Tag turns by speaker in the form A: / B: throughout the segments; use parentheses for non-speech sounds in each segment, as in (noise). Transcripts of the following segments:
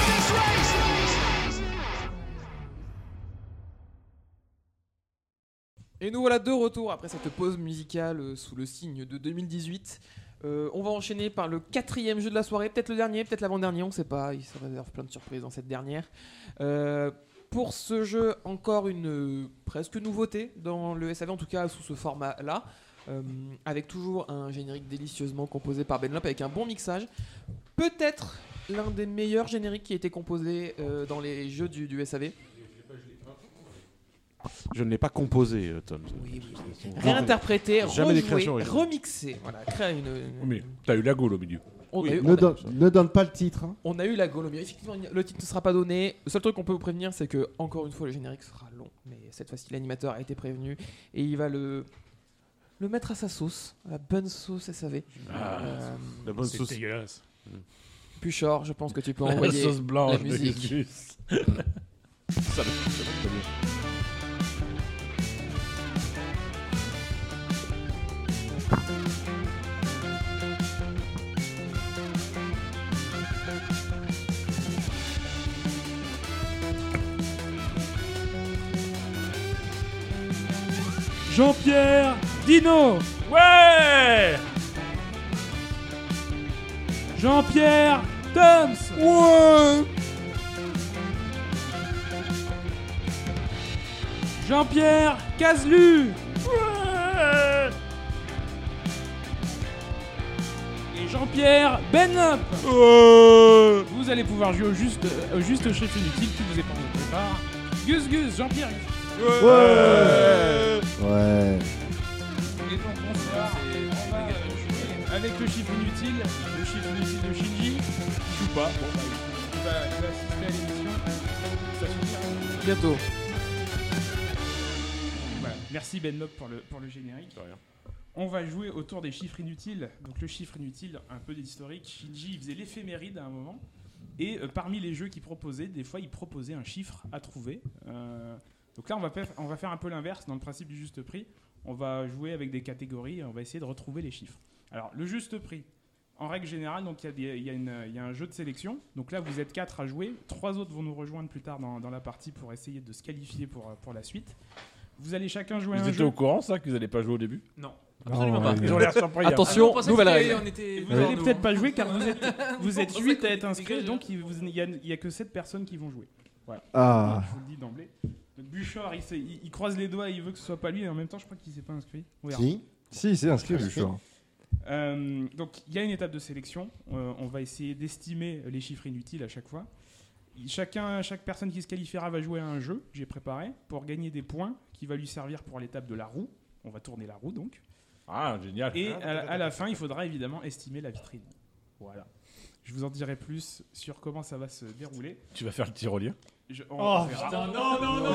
A: of this race.
B: Et nous voilà de retour après cette pause musicale euh, sous le signe de 2018. Euh, on va enchaîner par le quatrième jeu de la soirée, peut-être le dernier, peut-être l'avant-dernier, on ne sait pas, il se réserve plein de surprises dans cette dernière. Euh, pour ce jeu, encore une euh, presque nouveauté dans le SAV, en tout cas sous ce format-là, euh, avec toujours un générique délicieusement composé par Ben Lop avec un bon mixage. Peut-être l'un des meilleurs génériques qui a été composé euh, dans les jeux du, du SAV.
C: Je ne l'ai pas composé, euh, Tom.
B: Oui, Réinterprété,
C: Jamais des
B: rejoué,
C: créations originales.
B: remixé. Voilà, créer une, une-
D: Mais t'as eu la goule au milieu.
B: On, a eu,
E: Ne,
B: on a-
E: donne- ne donne pas le titre. hein.
B: on a eu la gaule. mais effectivement, le titre ne sera pas donné. Le seul truc qu'on peut vous prévenir, c'est que, encore une fois, le générique sera long. Mais cette fois-ci, l'animateur a été prévenu. Et il va le, le mettre à sa sauce. À la bonne sauce SAV. Euh,
C: La bonne sauce.
D: dégueulasse.
B: Puchor, je pense que tu peux
D: La
B: envoyer.
D: sauce blanche
B: la
D: de
B: musique. (laughs)
D: Gus.
F: Jean-Pierre Dino
D: Ouais
F: Jean-Pierre Toms Jean-Pierre Caslu Et Jean-Pierre Benlop Vous allez pouvoir jouer au juste, euh, au juste chef inutile qui vous est pas en prépare. Gus Gus, Jean-Pierre Gus.
E: Ouais.
F: Et donc bonsoir, on va jouer avec le chiffre inutile, le chiffre inutile de Shinji. Ou pas, bon bah il va, il va assister à l'émission. Ça hein. suffira.
B: Bientôt.
F: Voilà. Merci Ben Lop pour le, pour le générique. On va jouer autour des chiffres inutiles. Donc le chiffre inutile, un peu d'historique, Shinji il faisait l'éphéméride à un moment. Et euh, parmi les jeux qu'il proposait, des fois il proposait un chiffre à trouver. Euh, donc là on va, pa- on va faire un peu l'inverse dans le principe du juste prix. On va jouer avec des catégories et on va essayer de retrouver les chiffres. Alors le juste prix, en règle générale, donc il y, a des- il y a une- il y a un jeu de sélection. Donc là vous êtes quatre à jouer. Trois autres vont nous rejoindre plus tard dans, dans la partie pour essayer de se qualifier pour, euh, pour la suite. Vous allez chacun jouer à
D: Vous
F: un
D: étiez
F: jeu.
D: au courant, ça, qu'ils n'allaient pas jouer au début
G: Non.
E: Ah,
B: Absolument pas.
D: Ils ont l'air surpris. hein.
B: Attention, nouvelle règle.
G: On était...
F: Et vous allez peut-être pas jouer car vous êtes, vous êtes (laughs)
G: pensait
F: 8
G: qu'on
F: à
G: était
F: être inscrits,
G: déjà.
F: donc il n'y a, que 7 personnes qui vont jouer.
E: Ah.
F: Je vous le dis d'emblée. Donc Buchor, il, s'est- il- il croise les doigts, il veut que ce soit pas lui, et en même temps, je crois qu'il s'est pas inscrit. On verra.
E: Si.
H: Si, c'est inscrit, Bouchard.
F: Euh, donc il y a une étape de sélection. Euh, on va essayer d'estimer les chiffres inutiles à chaque fois. Chacun, chaque personne qui se qualifiera va jouer à un jeu que j'ai préparé pour gagner des points qui va lui servir pour l'étape de la roue. On va tourner la roue donc.
D: Ah, génial.
F: Et à, la- à la fin, il faudra évidemment estimer la vitrine. Voilà. Je vous en dirai plus sur comment ça va se dérouler.
D: Tu vas faire le tyrolien.
F: Je- on
H: Oh,
F: verra.
G: non, non, non.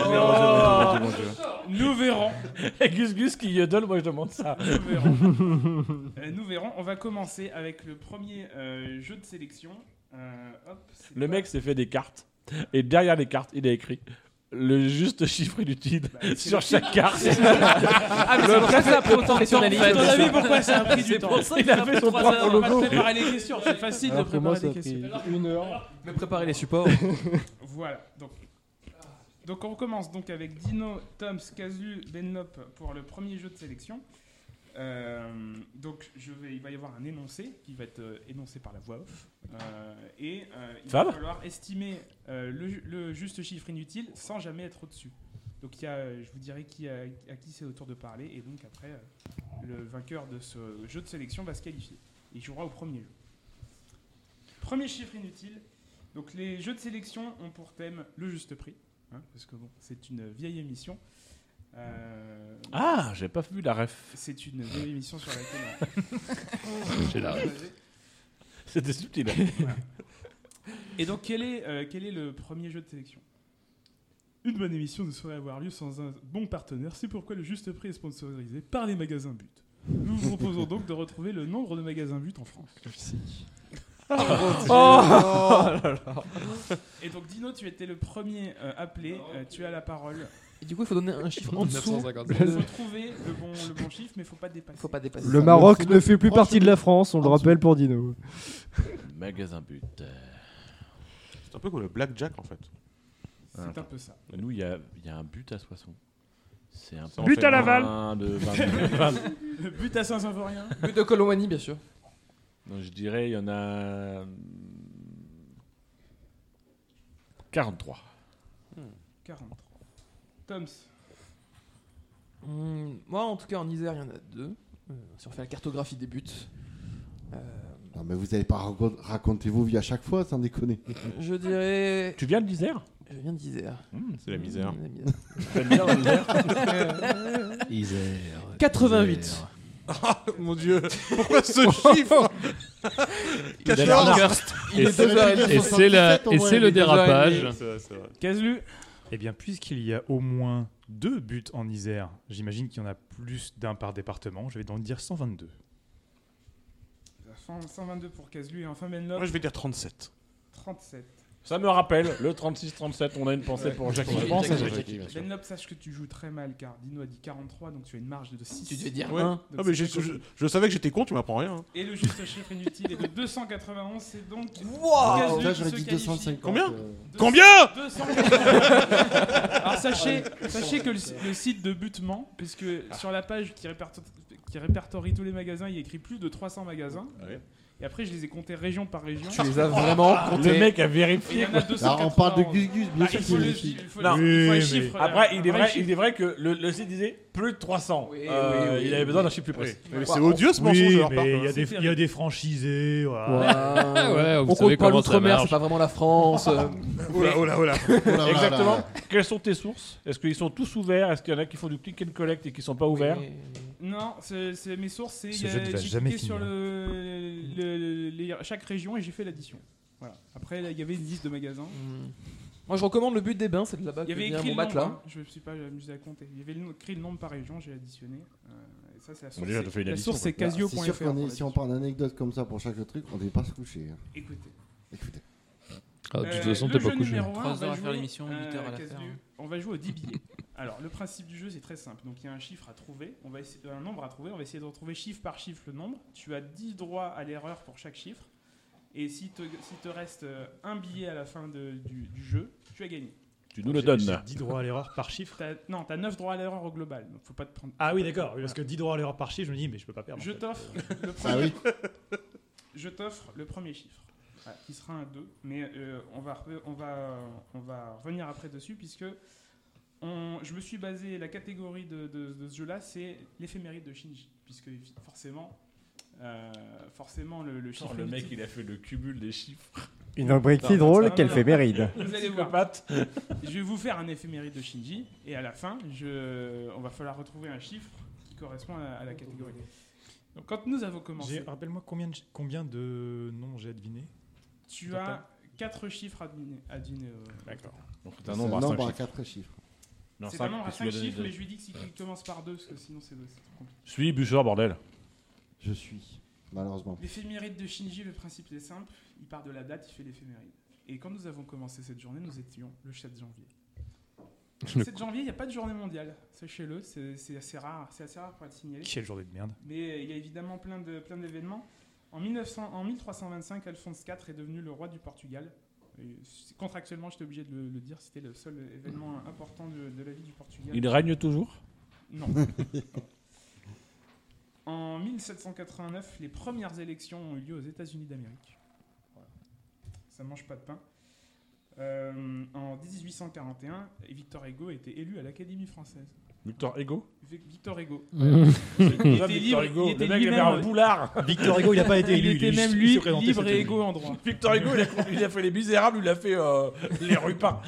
D: (laughs)
F: Nous verrons.
D: Et Eh, Gus Gus qui yodel, moi je demande ça.
F: Nous
D: (laughs)
F: verrons. Euh, nous verrons. On va commencer avec le premier euh, jeu de sélection. Euh, hop, c'est
D: Le
F: quoi
D: mec s'est fait des cartes. Et derrière les cartes, il a écrit le juste chiffre inutile
F: c'est
D: sur chaque carte.
B: Ah, mais c'est pour ça que ça prend autant de temps, en
F: À
B: fait.
F: ton avis, pourquoi ça a pris du temps
D: il a fait son propre
F: On va
D: logo.
F: préparer les questions. C'est facile
H: Alors
F: de
H: que moi,
F: préparer
H: ça a
F: les
H: pris
F: questions.
H: une heure.
B: Me préparer les supports.
F: Voilà. Donc, donc on recommence donc avec Dino, Toms, Kazu, Benlop pour le premier jeu de sélection. Euh, donc je vais, il va y avoir un énoncé qui va être euh, énoncé par la voix off. Euh, et euh, il
D: Fab
F: va falloir estimer euh, le, ju- le juste chiffre inutile sans jamais être au-dessus. Donc il y a, euh, je vous dirai qui a- à qui c'est au tour de parler. Et donc après, euh, le vainqueur de ce jeu de sélection va se qualifier. Il jouera au premier jeu. Premier chiffre inutile, donc les jeux de sélection ont pour thème le juste prix, hein, parce que bon, c'est une vieille émission. Euh,
D: Ah, j'ai pas vu la ref.
F: C'est une vieille émission sur laquelle. euh,
D: J'ai la ref. C'était subtil.
F: Et donc, quel est, euh, quel est le premier jeu de sélection Une bonne émission ne saurait avoir lieu sans un bon partenaire. C'est pourquoi le Juste Prix est sponsorisé par les magasins But. Nous vous proposons donc de retrouver le nombre de magasins But en France.
B: Ah,
F: Et donc, Dino, tu étais le premier euh, appelé. Euh, tu as la parole.
B: Et du coup, il faut donner un chiffre en dessous.
G: 955.
F: Il faut trouver le bon, le bon chiffre, mais faut pas te dépasser.
B: Faut pas dépasser.
E: Le Maroc ne fait plus partie de la France, on le rappelle pour Dino.
D: (laughs) Magasin but.
C: C'est un peu comme le blackjack en fait.
F: C'est un peu ça.
D: Nous, il y a, il y a un but à Soissons. C'est un
C: Ça
D: peu
C: en But fait à
F: Laval.
D: un de 20.
F: Le but à Saint-Symphorien.
B: But de Colomani, bien sûr.
D: Non, je dirais, il y en a. 43.
F: 43. Toms.
B: Hmm, moi, en tout cas, en Isère, il y en a deux. Euh, si on fait la cartographie des buts. euh,
H: Non, mais vous n'avez pas raconté racontez-vous vie à chaque fois, sans déconner.
B: je dirais.
D: Tu viens de l'Isère
B: Je viens d'Isère.
C: C'est la misère.
B: Hmm, la misère.
D: T'aimes bien l'Isère
B: (laughs) 88.
C: Mon dieu, pourquoi ce
B: (laughs)
C: chiffre
B: Il
G: Et
B: est
G: c'est-
B: 2h30.
G: Et c'est la- et c'est le dérapage.
F: Caselu.
I: Eh bien, puisqu'il y a au moins deux buts en Isère, j'imagine qu'il y en a plus d'un par département. Je vais donc dire 122.
F: 100 122 pour Caselu. Et enfin, Ben Menlo.
C: Moi je vais dire 37.
F: 37.
D: Ça me rappelle, le 36-37, on a une pensée pour Jacques.
B: Ouais.
D: Je pense à Jacques.
F: Benlop, Ben sache que tu joues très mal car Dino a dit 43, donc tu as une marge de 6.
B: Tu devais dire
C: Ouais.
B: 1.
C: Ah, mais je, je- je savais que j'étais con, tu m'apprends rien. hein.
F: Et le juste chiffre inutile est de 291, c'est donc.
H: Ah,
B: oh,
F: Gazlu
H: là,
F: qui
H: j'aurais
F: se
H: dit
F: qualifie.
H: 250.
C: Combien
H: euh.
F: Deux-
C: Combien
F: 291. Alors sachez,
B: Ah
F: sachez que le, le site de Butement, puisque sur la page qui, réperto- qui répertorie tous les magasins, il y a écrit plus de 300 magasins.
C: Ouais.
F: Et après, je les ai comptés région par région.
B: Ah Tu
E: Ah,
B: les as vraiment
D: Le
B: comptés.
D: mec a
F: Et il y
D: vérifié.
F: en a
H: Alors,
F: 291.
H: on parle de Gus Gus, bien
F: Bah,
H: sûr
F: il faut
H: qu'il est
F: le, il faut,
H: chiffre.
F: il faut
D: Non,
F: un
I: mais-
F: chiffre.
D: Après, il est
F: un
D: vrai,
F: chiffre.
D: il est vrai que le, le site disait plus de 300.
B: Oui,
D: Euh,
B: oui, oui,
D: il avait
B: oui.
D: besoin d'un chiffre plus précis.
C: Mais c'est odieux ce mensonge de
I: oui,
C: leur part,
I: mais
C: quand
I: il y, a
C: même.
I: des- il y a des franchisés. voilà.
G: Ah ouais, vous
B: On
G: savez
B: compte pas
G: comment ça
B: l'outre-mer,
G: marche.
B: c'est pas vraiment la France. euh,
C: Oh là, oh là, oh là.
H: Oh là là là
D: Exactement.
H: là.
D: Quelles sont tes sources Est-ce qu'ils sont tous ouverts Est-ce qu'il y en a qui font du click and collect et qui sont pas ouverts
B: mais-
F: Non, c'est c'est- mes sources, c'est
I: Ce
F: il y a-
I: jeu ne va
F: j'ai
I: jamais
F: cliqué sur
I: finir.
F: le, le- les- chaque région et j'ai fait l'addition. Voilà. Après, là, il y avait une liste de magasins.
B: Hmm. Moi, je recommande le but des bains, c'est de là-bas
F: Il
B: que
F: y avait
B: vient mon
F: écrit le nombre.
B: matelas.
F: hein. Je me suis pas amusé à compter. Il y avait le nom- écrit le nombre par région, j'ai additionné. Euh, et ça, c'est la source.
D: déjà,
F: c'est-
D: t'as fait une
F: la
D: addition,
F: source, c'est
H: Bah, C'est sûr
F: casio.fr.
H: qu'on est- si on parle d'anecdotes comme ça pour chaque truc, on ne devait pas se coucher. hein.
F: Écoutez.
H: Écoutez.
G: Ah, de
F: Euh,
G: toute façon,
F: le
G: t'es pas
F: jeu
G: couché.
F: numéro un,
G: Trois
F: on
G: heures
F: va
G: à faire
F: jouer,
G: l'émission,
F: euh,
G: huit heures à la
F: Casse
G: faire.
F: du. On va jouer au 10 billets. (laughs) Alors, le principe du jeu, c'est très simple. Donc, il y a un chiffre à trouver, on va essayer, un nombre à trouver. On va essayer de retrouver chiffre par chiffre le nombre. Tu as 10 droits à l'erreur pour chaque chiffre. Et si te, si te reste euh, un billet à la fin de- du, du jeu, tu as gagné.
D: Tu nous le donnes.
I: J'ai 10 droits à l'erreur par chiffre.
F: T'as- non, tu as 9 droits à l'erreur au global. Donc, faut pas te prendre.
I: Ah oui, d'accord. Parce que 10 droits à l'erreur par chiffre, je me dis, mais je peux pas perdre. en
F: Je
I: fait.
F: t'offre
D: (laughs)
F: le
H: Ah
F: premier
H: oui,
F: Je t'offre le premier chiffre, voilà, qui sera un 2, mais euh, on, va, re- on, va, on va revenir après dessus, puisque on- je me suis basé, la catégorie de, de- de ce jeu-là, c'est l'éphéméride de Shinji, puisque forcément, euh, forcément le, le chiffre...
D: le mec,
F: mythique-
D: il a fait le cumul des chiffres.
E: Une rubrique
F: Putain,
H: Oh,
F: drôle qu'elle fait
E: méride.
F: Vous allez voir, je vais vous faire un éphéméride de Shinji, et à la fin, je, on va falloir retrouver un chiffre qui correspond à, à la catégorie. Donc quand nous avons
I: J'ai-
F: commencé,
I: Rappelle-moi combien de, combien de noms j'ai deviné
F: tu as 4 chiffres à deviner. à deviner, euh,
D: D'accord. Donc c'est
H: c'est
D: un nombre à 5
H: nombre à
D: chiffres.
H: 4 chiffres.
D: Non,
F: C'est
D: cinq,
F: vraiment à
D: puisque tu lui
F: 5
D: as donné
F: chiffres,
D: deux.
F: mais je lui dis que si tu commences par 2, parce que sinon c'est c'est trop compliqué.
D: Suis Bouchard, bordel.
H: Je suis, malheureusement.
F: L'éphéméride de Shinji, le principe est simple. Il part de la date, il fait l'éphéméride. Et quand nous avons commencé cette journée, nous étions le 7 janvier. Le 7 janvier, il n'y a pas de journée mondiale, sachez-le, c'est c'est assez rare, c'est assez rare pour être signalé.
I: Quelle journée de merde.
F: Mais euh, il y a évidemment plein de plein d'événements. En, 1900 en 1325, Alphonse IV est devenu le roi du Portugal. Et c'est- contractuellement, j'étais obligé de le, le dire, c'était le seul événement important de, de la vie du Portugal.
D: Il règne toujours (laughs)
F: Non. en 1789, les premières élections ont eu lieu aux États-Unis d'Amérique. Voilà. Ça mange pas de pain. Euh, en 1841, Victor Hugo a été élu à l'Académie française.
D: Victor Ego
F: Vi- Victor Hugo.
D: Il
F: était libre, (laughs) il était
D: Le mec, il avait
F: lui-même-
D: un boulard. (laughs)
I: Victor Hugo, il n'a pas été
F: Il
I: élu.
F: était
I: est
F: même
I: juste-
F: lui
I: il s'est présenté,
F: libre
I: c'était
F: et
I: lui.
F: égaux en droit.
D: Victor Hugo, il a, il a fait les misérables, il a fait euh, les rupins.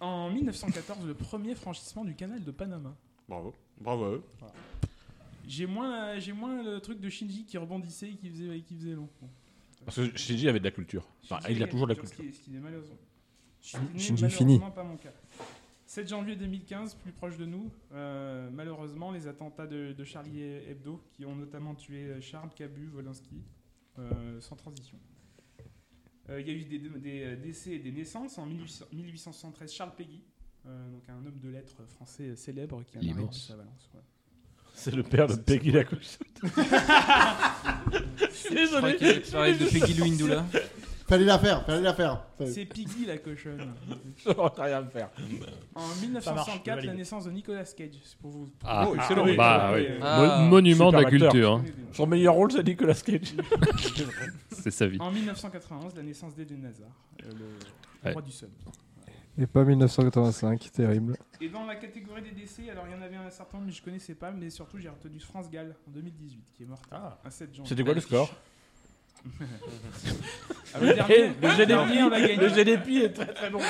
F: En 1914, le premier franchissement du canal de Panama.
C: Bravo. Bravo à eux.
F: J'ai moins, j'ai moins le truc de Shinji qui rebondissait et qui faisait, qui faisait long. Bon.
D: Parce que Shinji avait de la culture. Enfin,
F: Shinji
D: Bah, il a toujours de la
F: ce
D: culture.
F: qui- Ce qui n'est malheureusement, ce
E: Shin-
F: qui n'est
E: Shinji
F: malheureusement
E: fini.
F: pas mon cas. 7 janvier 2015, plus proche de nous, euh, malheureusement, les attentats de, de Charlie Hebdo qui ont notamment tué euh, Charles, Cabu, Wolinski, euh, sans transition. Euh, Il y a eu des, des, euh, décès et des naissances. En 1800 1873, Charles Peggy, euh, donc un homme de lettres français célèbre qui a marié
G: Immense.
F: à Valence. voilà.
D: C'est le père de Peggy la couche.
J: Je crois qu'il est pareil de
B: (laughs)
J: Peggy Lou Indula.
H: Fallait la faire, fallait la faire. Fallait-
F: C'est Piggy la (laughs) cochonne.
D: J'aurais rien à me faire.
F: En
I: marche,
F: 1904, la
I: valide.
F: naissance de Nicolas Cage. C'est pour vous.
G: Ah,
D: Oh,
G: ah,
D: excellent.
G: oui, bah
F: Ah,
G: oui.
F: oui.
J: Ah.
G: Mo- monument de la
D: Super acteur.
G: culture, hein.
D: Son meilleur rôle, c'est Nicolas Cage.
G: c'est sa vie.
F: En 1991, la naissance d'Eden Hazard, euh, le
G: Ouais.
F: roi du seul.
E: Et pas 1985, terrible.
F: Et dans la catégorie des décès, alors il y en avait un certain, mais je connaissais pas, mais surtout j'ai retenu France Gall en 2018, qui est morte
I: Ah.
F: à 7 janvier.
D: C'était quoi le score
F: Ah, le
D: Et
F: dernier,
D: (laughs) Le
F: dernier, on l'a
D: GDP,
F: gagné.
D: le GDP est très très bon.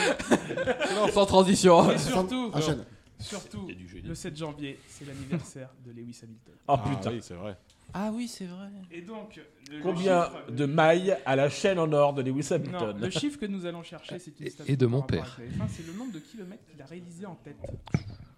B: Sans transition.
F: Et surtout,
H: Enchaîne.
F: surtout,
D: Il y a du génie.
F: le 7 janvier, c'est l'anniversaire de Lewis Hamilton.
D: Oh putain.
C: c'est vrai.
J: Ah oui, c'est vrai.
F: Et donc, le
D: Combien
F: le chiffre-
D: de mailles à la chaîne en or de Lewis
F: Non,
D: Hamilton
F: le chiffre que nous allons chercher, c'est une
G: Et-
F: statistique
G: et de
F: par
G: mon
F: rapport
G: père.
F: à la TF1, C'est le nombre de kilomètres qu'il a réalisé en tête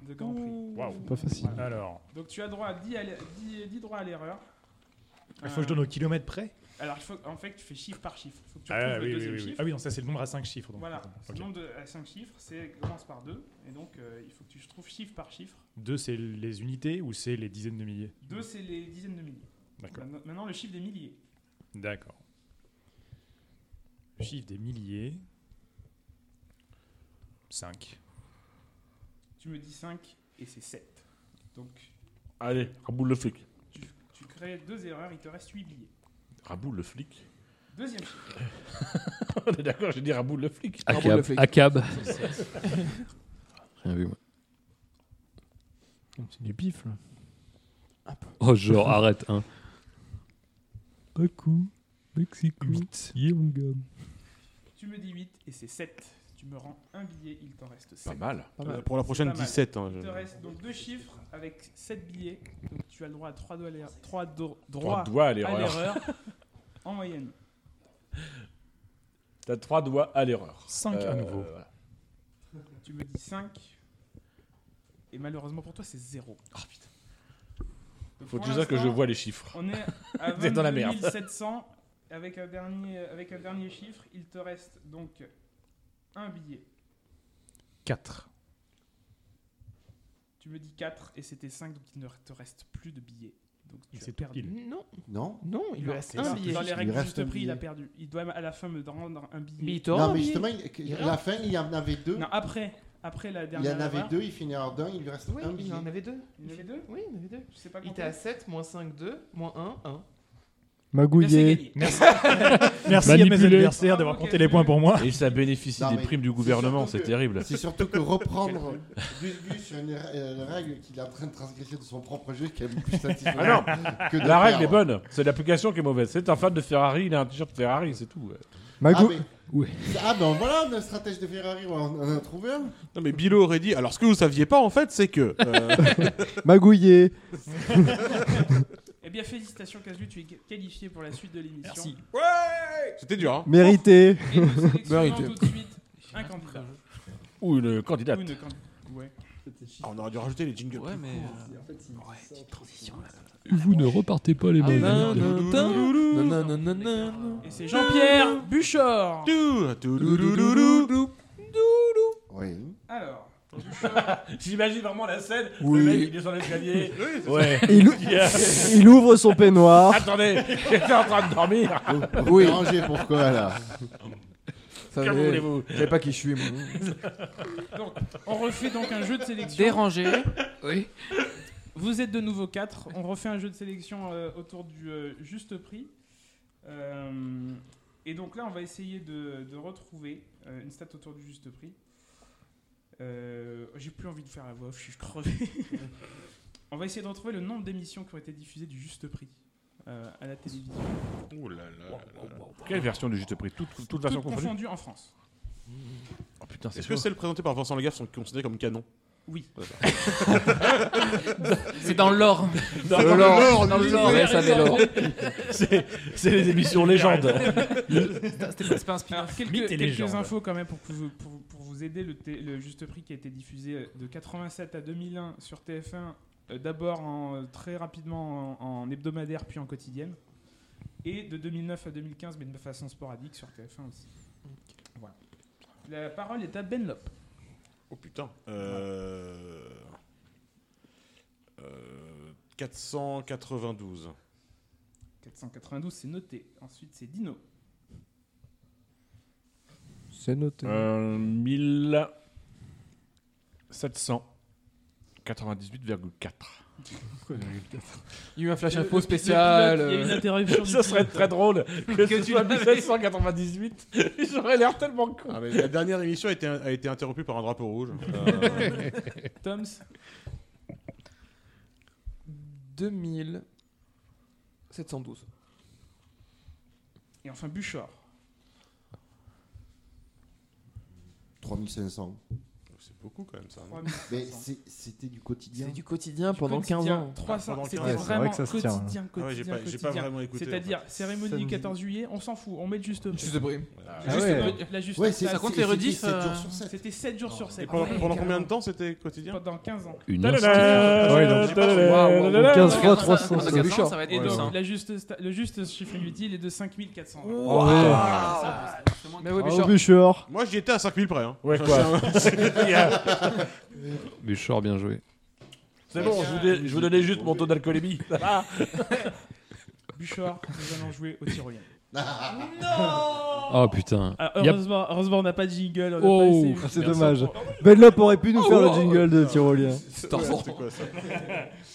F: de Grand Prix.
E: Pas facile.
I: Alors,
F: Donc tu as droit à 10, à l'e- 10 10 droits à l'erreur. Euh,
I: il faut que je donne au kilomètre près
F: Alors, il faut, en fait, tu fais chiffre par chiffre. Il faut que tu retrouves
I: Ah
F: le
I: oui, oui,
F: deuxième
I: oui, oui.
F: chiffre.
I: Ah oui, non, ça c'est le nombre à 5 chiffres. donc.
F: Voilà,
I: Ok.
F: le nombre de, à 5 chiffres, c'est commence par 2. Et donc, euh, il faut que tu trouves chiffre par chiffre.
I: Deux, c'est les unités ou c'est les dizaines de milliers
F: 2, c'est les dizaines de milliers.
I: D'accord.
F: Maintenant, maintenant, le chiffre des milliers.
I: D'accord. Le Chiffre des milliers. 5.
F: Tu me dis 5 et c'est 7. Donc,
D: Allez, raboule le flic.
F: tu, tu crées deux erreurs, il te reste 8 billets.
D: Raboule le flic
F: Deuxième chiffre.
D: (laughs) On est d'accord, j'ai dit raboule le flic.
B: Bravo, le
G: Acab.
B: flic.
G: Acab. Rien vu, moi.
E: C'est du pif, là.
G: Oh, genre, arrête, hein.
E: Bakou, Mexico. Yeah, mon gars.
F: Tu me dis 8 et c'est 7. Tu me rends un billet, il t'en reste 7.
D: Pas mal.
B: Pas mal.
C: Pour la prochaine,
F: pas mal.
C: 17. hein, je-
F: Il te reste donc deux chiffres avec 7 billets. Donc tu as le droit à 3 doigts à l'erreur. 3
D: Trois
F: droits
D: doigts à
F: à
D: l'erreur.
F: l'erreur (laughs) en moyenne.
D: T'as trois doigts à l'erreur.
I: 5 à
D: Euh,
I: nouveau.
D: voilà.
F: Tu me dis 5. Et malheureusement pour toi, c'est 0.
D: Faut déjà que je vois les (laughs) chiffres.
F: On est à
D: T'es
F: 22
D: dans la merde.
F: 700. Avec un, dernier, avec un dernier chiffre, il te reste donc un billet.
I: 4.
F: Tu me dis 4 et c'était 5, donc il ne te reste plus de billets. Donc tu
I: Et
F: as
I: c'est tout
F: perdu.
I: pile.
B: Non,
H: Non
B: non, il lui reste un
F: Non,
B: billet.
F: Dans les
H: Il
F: règles du
H: reste
F: juste
H: un
F: prix, il a
H: billet.
F: perdu. Il doit à la fin me rendre un
B: Mais
F: billet.
B: il te rend
H: Non,
B: un
H: mais
B: billet.
H: justement, il- que- la fin, il y en avait deux.
F: Non, après, après la
H: Il y
F: dernière.
H: en avait
F: erreur,
H: deux, il finit en d'un, il lui reste
B: Oui,
H: un
B: il
H: billet.
B: en avait deux.
F: Il y en avait deux
B: Oui, il en avait deux.
F: Je sais pas
B: Il
F: compter.
B: était à 7, moins 5, 2, moins 1, 1.
F: Là, c'est
E: Magouillé.
F: gagné.
I: Merci à mes
G: Manipulé.
I: adversaires d'avoir
F: Bravo,
I: compté les points pour moi.
D: Et ça bénéficie
H: Non,
D: des
H: mais
D: primes du
H: c'est
D: gouvernement,
H: surtout
D: c'est
H: que-
D: terrible.
H: C'est surtout que reprendre Gus sur une euh, règle qu'il est en train de transgresser de son propre jeu, qui est beaucoup plus satisfaisant
D: Ah non,
H: que de
D: La règle
H: perdre.
D: est bonne, c'est l'application qui est mauvaise. C'est un fan de Ferrari, il a un t-shirt Ferrari, c'est tout.
H: Ah,
E: Magou...
H: mais-
G: Ouais.
H: ah ben voilà, notre stratège de Ferrari, on en on en a trouvé un.
C: Non, mais Bilo aurait dit. Alors, ce que vous saviez pas, en fait, c'est que. euh, (laughs)
E: Magouillé.
F: Eh bien, félicitations, Casu, tu es qualifié pour la suite de l'émission.
J: Merci.
C: C'était dur, hein.
E: Mérité.
F: Et nous sélectionnons tout de suite un candidat.
D: Ou une
F: Ou
D: candidate.
F: une candidate. Ouais.
C: Ah, on aurait dû rajouter les jingles.
J: Ouais, mais.
G: Vous ne repartez pas les
B: Ah, nan,
G: mauvaises.
B: nan, nan, nan, nan, nan, nan.
F: Et c'est Jean-Pierre Buchor.
C: Tout, tout, tout, tout, tout, tout.
B: Doudoudoudoudou.
H: Oui.
F: Alors,
D: (laughs) J'imagine vraiment la scène,
E: Oui.
D: le mec il est sur l'escalier. ouais.
E: Il, ou- il ouvre son peignoir.
D: Attendez, j'étais en train de dormir.
H: Oui. Ranger pourquoi là
B: Ça,
D: Que
B: mais-
D: voulez-vous
B: Je savais pas qui je suis, moi.
F: on refait donc un jeu de sélection.
J: Dérangé.
G: Oui.
F: Vous êtes de nouveau 4. On refait un jeu de sélection euh, autour du euh, juste prix. Euh, et donc là, on va essayer de, de retrouver euh, une stat autour du juste prix. Euh, J'ai plus envie de faire la voix off, je suis crevé. (laughs) on va essayer de retrouver le nombre d'émissions qui ont été diffusées du juste prix euh, à la télévision.
C: Ouh Oh là là là là.
D: Quelle version du juste prix Toute, toute version
F: Toutes
D: confondue
F: confondues en France.
D: Oh putain, c'est
C: Est-ce que
D: chaud.
C: celles présentées par Vincent Lagaffe sont considérées comme canon
F: Oui.
J: C'est dans l'or.
D: Dans
J: C'est
D: le
J: l'or.
D: lore,
J: Dans le
D: l'univers
J: lore. Ouais, ça,
D: des
J: mais l'or.
D: lore. C'est- c'est les émissions légendes.
J: C'était pas un spin-off.
F: Alors, quelques,
J: Mythes et
F: quelques
J: légendes.
F: infos quand même pour, que vous, pour, pour vous aider. Le, T- le juste prix qui a été diffusé euh, de 87 à 2001 sur TF1, euh, d'abord en, euh, très rapidement en, en hebdomadaire puis en quotidienne, et de 2009 à 2015, mais de façon sporadique sur TF1 aussi. Voilà. La parole est à Ben Lop.
C: Oh putain. Euh... euh, 492.
F: 492, c'est noté. Ensuite, c'est Dino.
E: C'est noté.
D: Euh, 1798,4.
B: Il y a eu un flash
D: Le-
B: info
D: le-
B: spécial.
D: le pilote, il y a eu une
B: euh,
J: (laughs)
D: interruption Ça du serait pilote. très drôle que ce soit
B: 1798. (laughs) J'aurais l'air tellement con.
C: Ah, mais la dernière émission a été, a été interrompue par un drapeau rouge. Euh,
F: Toms
B: 2712.
F: Et enfin, Buchor.
H: 3500.
C: (laughs) C'est beaucoup quand même ça. non
H: Mais c'est- c'était du quotidien.
B: C'est du quotidien pendant 15 ans.
F: 300,
C: Ah, pendant
F: c'était
C: 15 ans.
F: vraiment
C: Ouais, c'est vrai que ça se tient,
F: quotidien,
C: hein.
F: quotidien,
C: Ah ouais, j'ai pas- j'ai pas
F: quotidien.
C: vraiment écouté,
F: C'est-à-dire,
C: en fait.
F: cérémonie du 14 juillet, on s'en fout, on met le juste prix.
B: Juste prix.
F: Ah,
C: Ah
F: juste
C: ouais.
F: prix, La juste
C: Ouais,
F: prix.
C: c'est-
F: Ça compte
C: c'est-
F: les
C: c'était
F: rediffs,
C: sept jours
F: euh,
C: sur sept.
F: C'était 7 jours sur 7.
C: Et pendant, pendant combien de temps c'était quotidien
F: Pendant 15 ans.
G: Une heure.
D: Tadadam
G: Ouais, donc-
D: Tadadam
G: Waouh, waouh, waouh.
E: 15 fois
G: Pendant
E: 300,
G: 15
E: c'est
G: ans,
E: Bouchard.
G: ça va être hein.
F: Et
G: énorme.
F: donc, la juste sta- le juste chiffre inutile est de 5400.
B: Wow.
E: Oh. Ouais.
F: Ah, Ça, c'est moins que-
B: Mais Ah, oui,
E: Bravo,
B: Bouchard.
G: (laughs)
E: Bûcheur.
C: Moi j'y étais à 5000 près. Hein.
D: Ouais,
C: Ça, (laughs)
D: quoi.
C: c'est un-
G: Bouchard, bien joué.
D: C'est bon, je vous, donnais- je vous donnais juste mon taux d'alcoolémie. Ça va
F: Bouchard, nous allons jouer au tyrolien.
G: Oh putain.
F: Ah,
G: Y a-
F: heureusement, heureusement, on n'a pas de jingle. On
G: Oh,
F: n'a pas
E: Ah, C'est
G: Merci.
E: dommage. Benlop aurait pu nous faire le
B: oh,
E: jingle de Tyrolien.
C: c'est quoi ça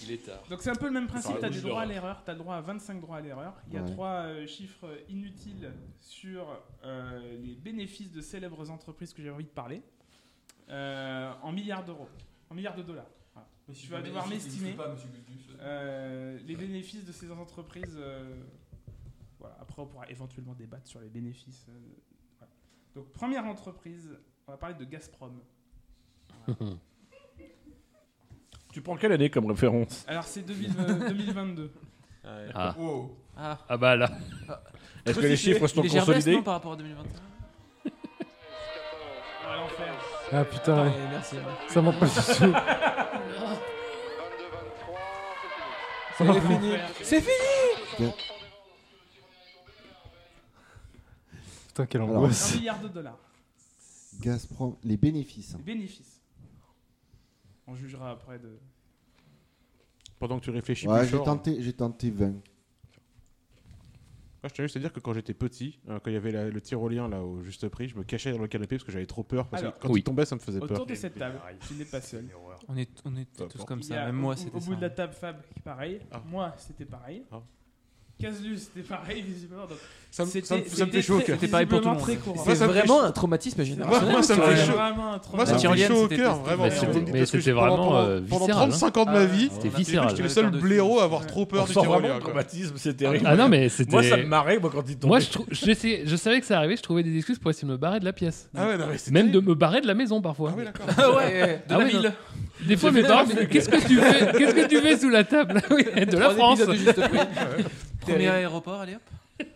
G: Il est tard.
F: Donc c'est un peu le même principe,
G: Enfin,
F: tu as
G: oui,
F: des
G: je
F: droits à
G: l'aurai.
F: l'erreur, tu as le droit à 25 droits à l'erreur. Il y a
H: Ouais.
F: trois euh, chiffres inutiles sur euh, les bénéfices de célèbres entreprises que j'ai envie de parler euh, en milliards d'euros, en milliards de dollars. Voilà. tu vas devoir m'estimer euh, les bénéfices de ces entreprises. euh, voilà. Après, on pourra éventuellement débattre sur les bénéfices. euh, voilà. Donc première entreprise, on va parler de Gazprom.
D: Tu prends quelle année comme référence
F: Alors c'est 2000, euh, 2022.
G: Ah.
C: Wow.
J: Ah.
G: Ah bah là.
D: Est-ce que les chiffres sont
J: Il est Gervais,
D: consolidés
J: non, par rapport à 2021
F: On va l'enfer.
E: Ah putain, ouais.
J: Ouais, Merci.
E: ça m'empêche du tout.
B: C'est fini. C'est fini.
E: Putain, quelle
H: Alors,
E: angoisse.
F: 1 milliard de dollars.
H: Gazprom, les bénéfices.
F: Les bénéfices. On jugera après de.
C: Pendant que tu réfléchis
H: Ouais,
C: plus
H: j'ai
C: fort.
H: tenté, j'ai tenté 20.
C: Moi, je tiens juste à dire que quand j'étais petit, euh, quand il y avait la- le tyrolien là au juste prix, je me cachais dans le canapé parce que j'avais trop peur. Parce
F: Alors,
C: que quand
G: oui.
C: il tombait, ça me faisait peur.
F: Autour de cette table, tu n'es pas seul.
J: On est, on était
C: Peu
J: tous
C: importe.
J: comme
F: Il y
J: ça,
F: a
J: même
F: au-
J: moi
F: au-
J: c'était
F: Au
J: ça.
F: bout de la table, Fab, qui est pareil.
C: Ah.
F: Moi, c'était pareil.
C: Ah.
F: Caslus, c'était pareil, (laughs) visiblement. Donc,
C: Ça me- ça me-
F: c'était-
C: ça me fait chaud au cœur.
J: C'était pareil pour
F: visiblement
J: tout le monde.
F: très courant.
C: Moi,
B: C'est
C: ça me fait
B: vraiment
C: chaud.
B: un traumatisme
C: Moi,
B: générationnel.
C: moi, ça me
J: Ouais.
C: fait
F: C'est
C: chaud.
F: vraiment un trauma.
C: Moi, ça me fait
J: Tyrolienne,
C: chaud au
J: c'était-
C: cœur,
J: c'était-
C: vraiment.
G: Mais
C: Parce
G: c'est-
C: que
G: mais c'était
C: pendant-
G: vraiment,
C: pendant-
G: euh,
C: Pendant
G: viscéral, Ah,
C: 35 ans de ma vie,
G: C'était
C: j'étais le
G: viscéral.
C: seul blaireau à avoir trop
D: On
C: peur du
D: sent vraiment
C: tyrolien.
D: le
C: quoi.
D: traumatisme, c'est terrible.
G: Ah non mais c'était.
D: Moi, ça me marrait, moi, quand il tombait.
G: Moi, je, trou- j'essayais- je savais que ça arrivait, je trouvais des excuses pour essayer de me barrer de la pièce.
C: Ah ouais, non, mais c'est
G: Même de
C: terrible.
G: me barrer de la maison parfois.
C: Ah oui, d'accord.
B: Ah ouais.
J: De
G: Ah
J: la
G: oui, non.
J: ville.
G: Des fois, mes parents, me disaient, qu'est-ce que tu fais (laughs) Qu'est-ce que tu fais sous la table Oui, De la
B: Trois
G: France.
B: épisodes de Juste Prix.
J: Premier aéroport, allez hop.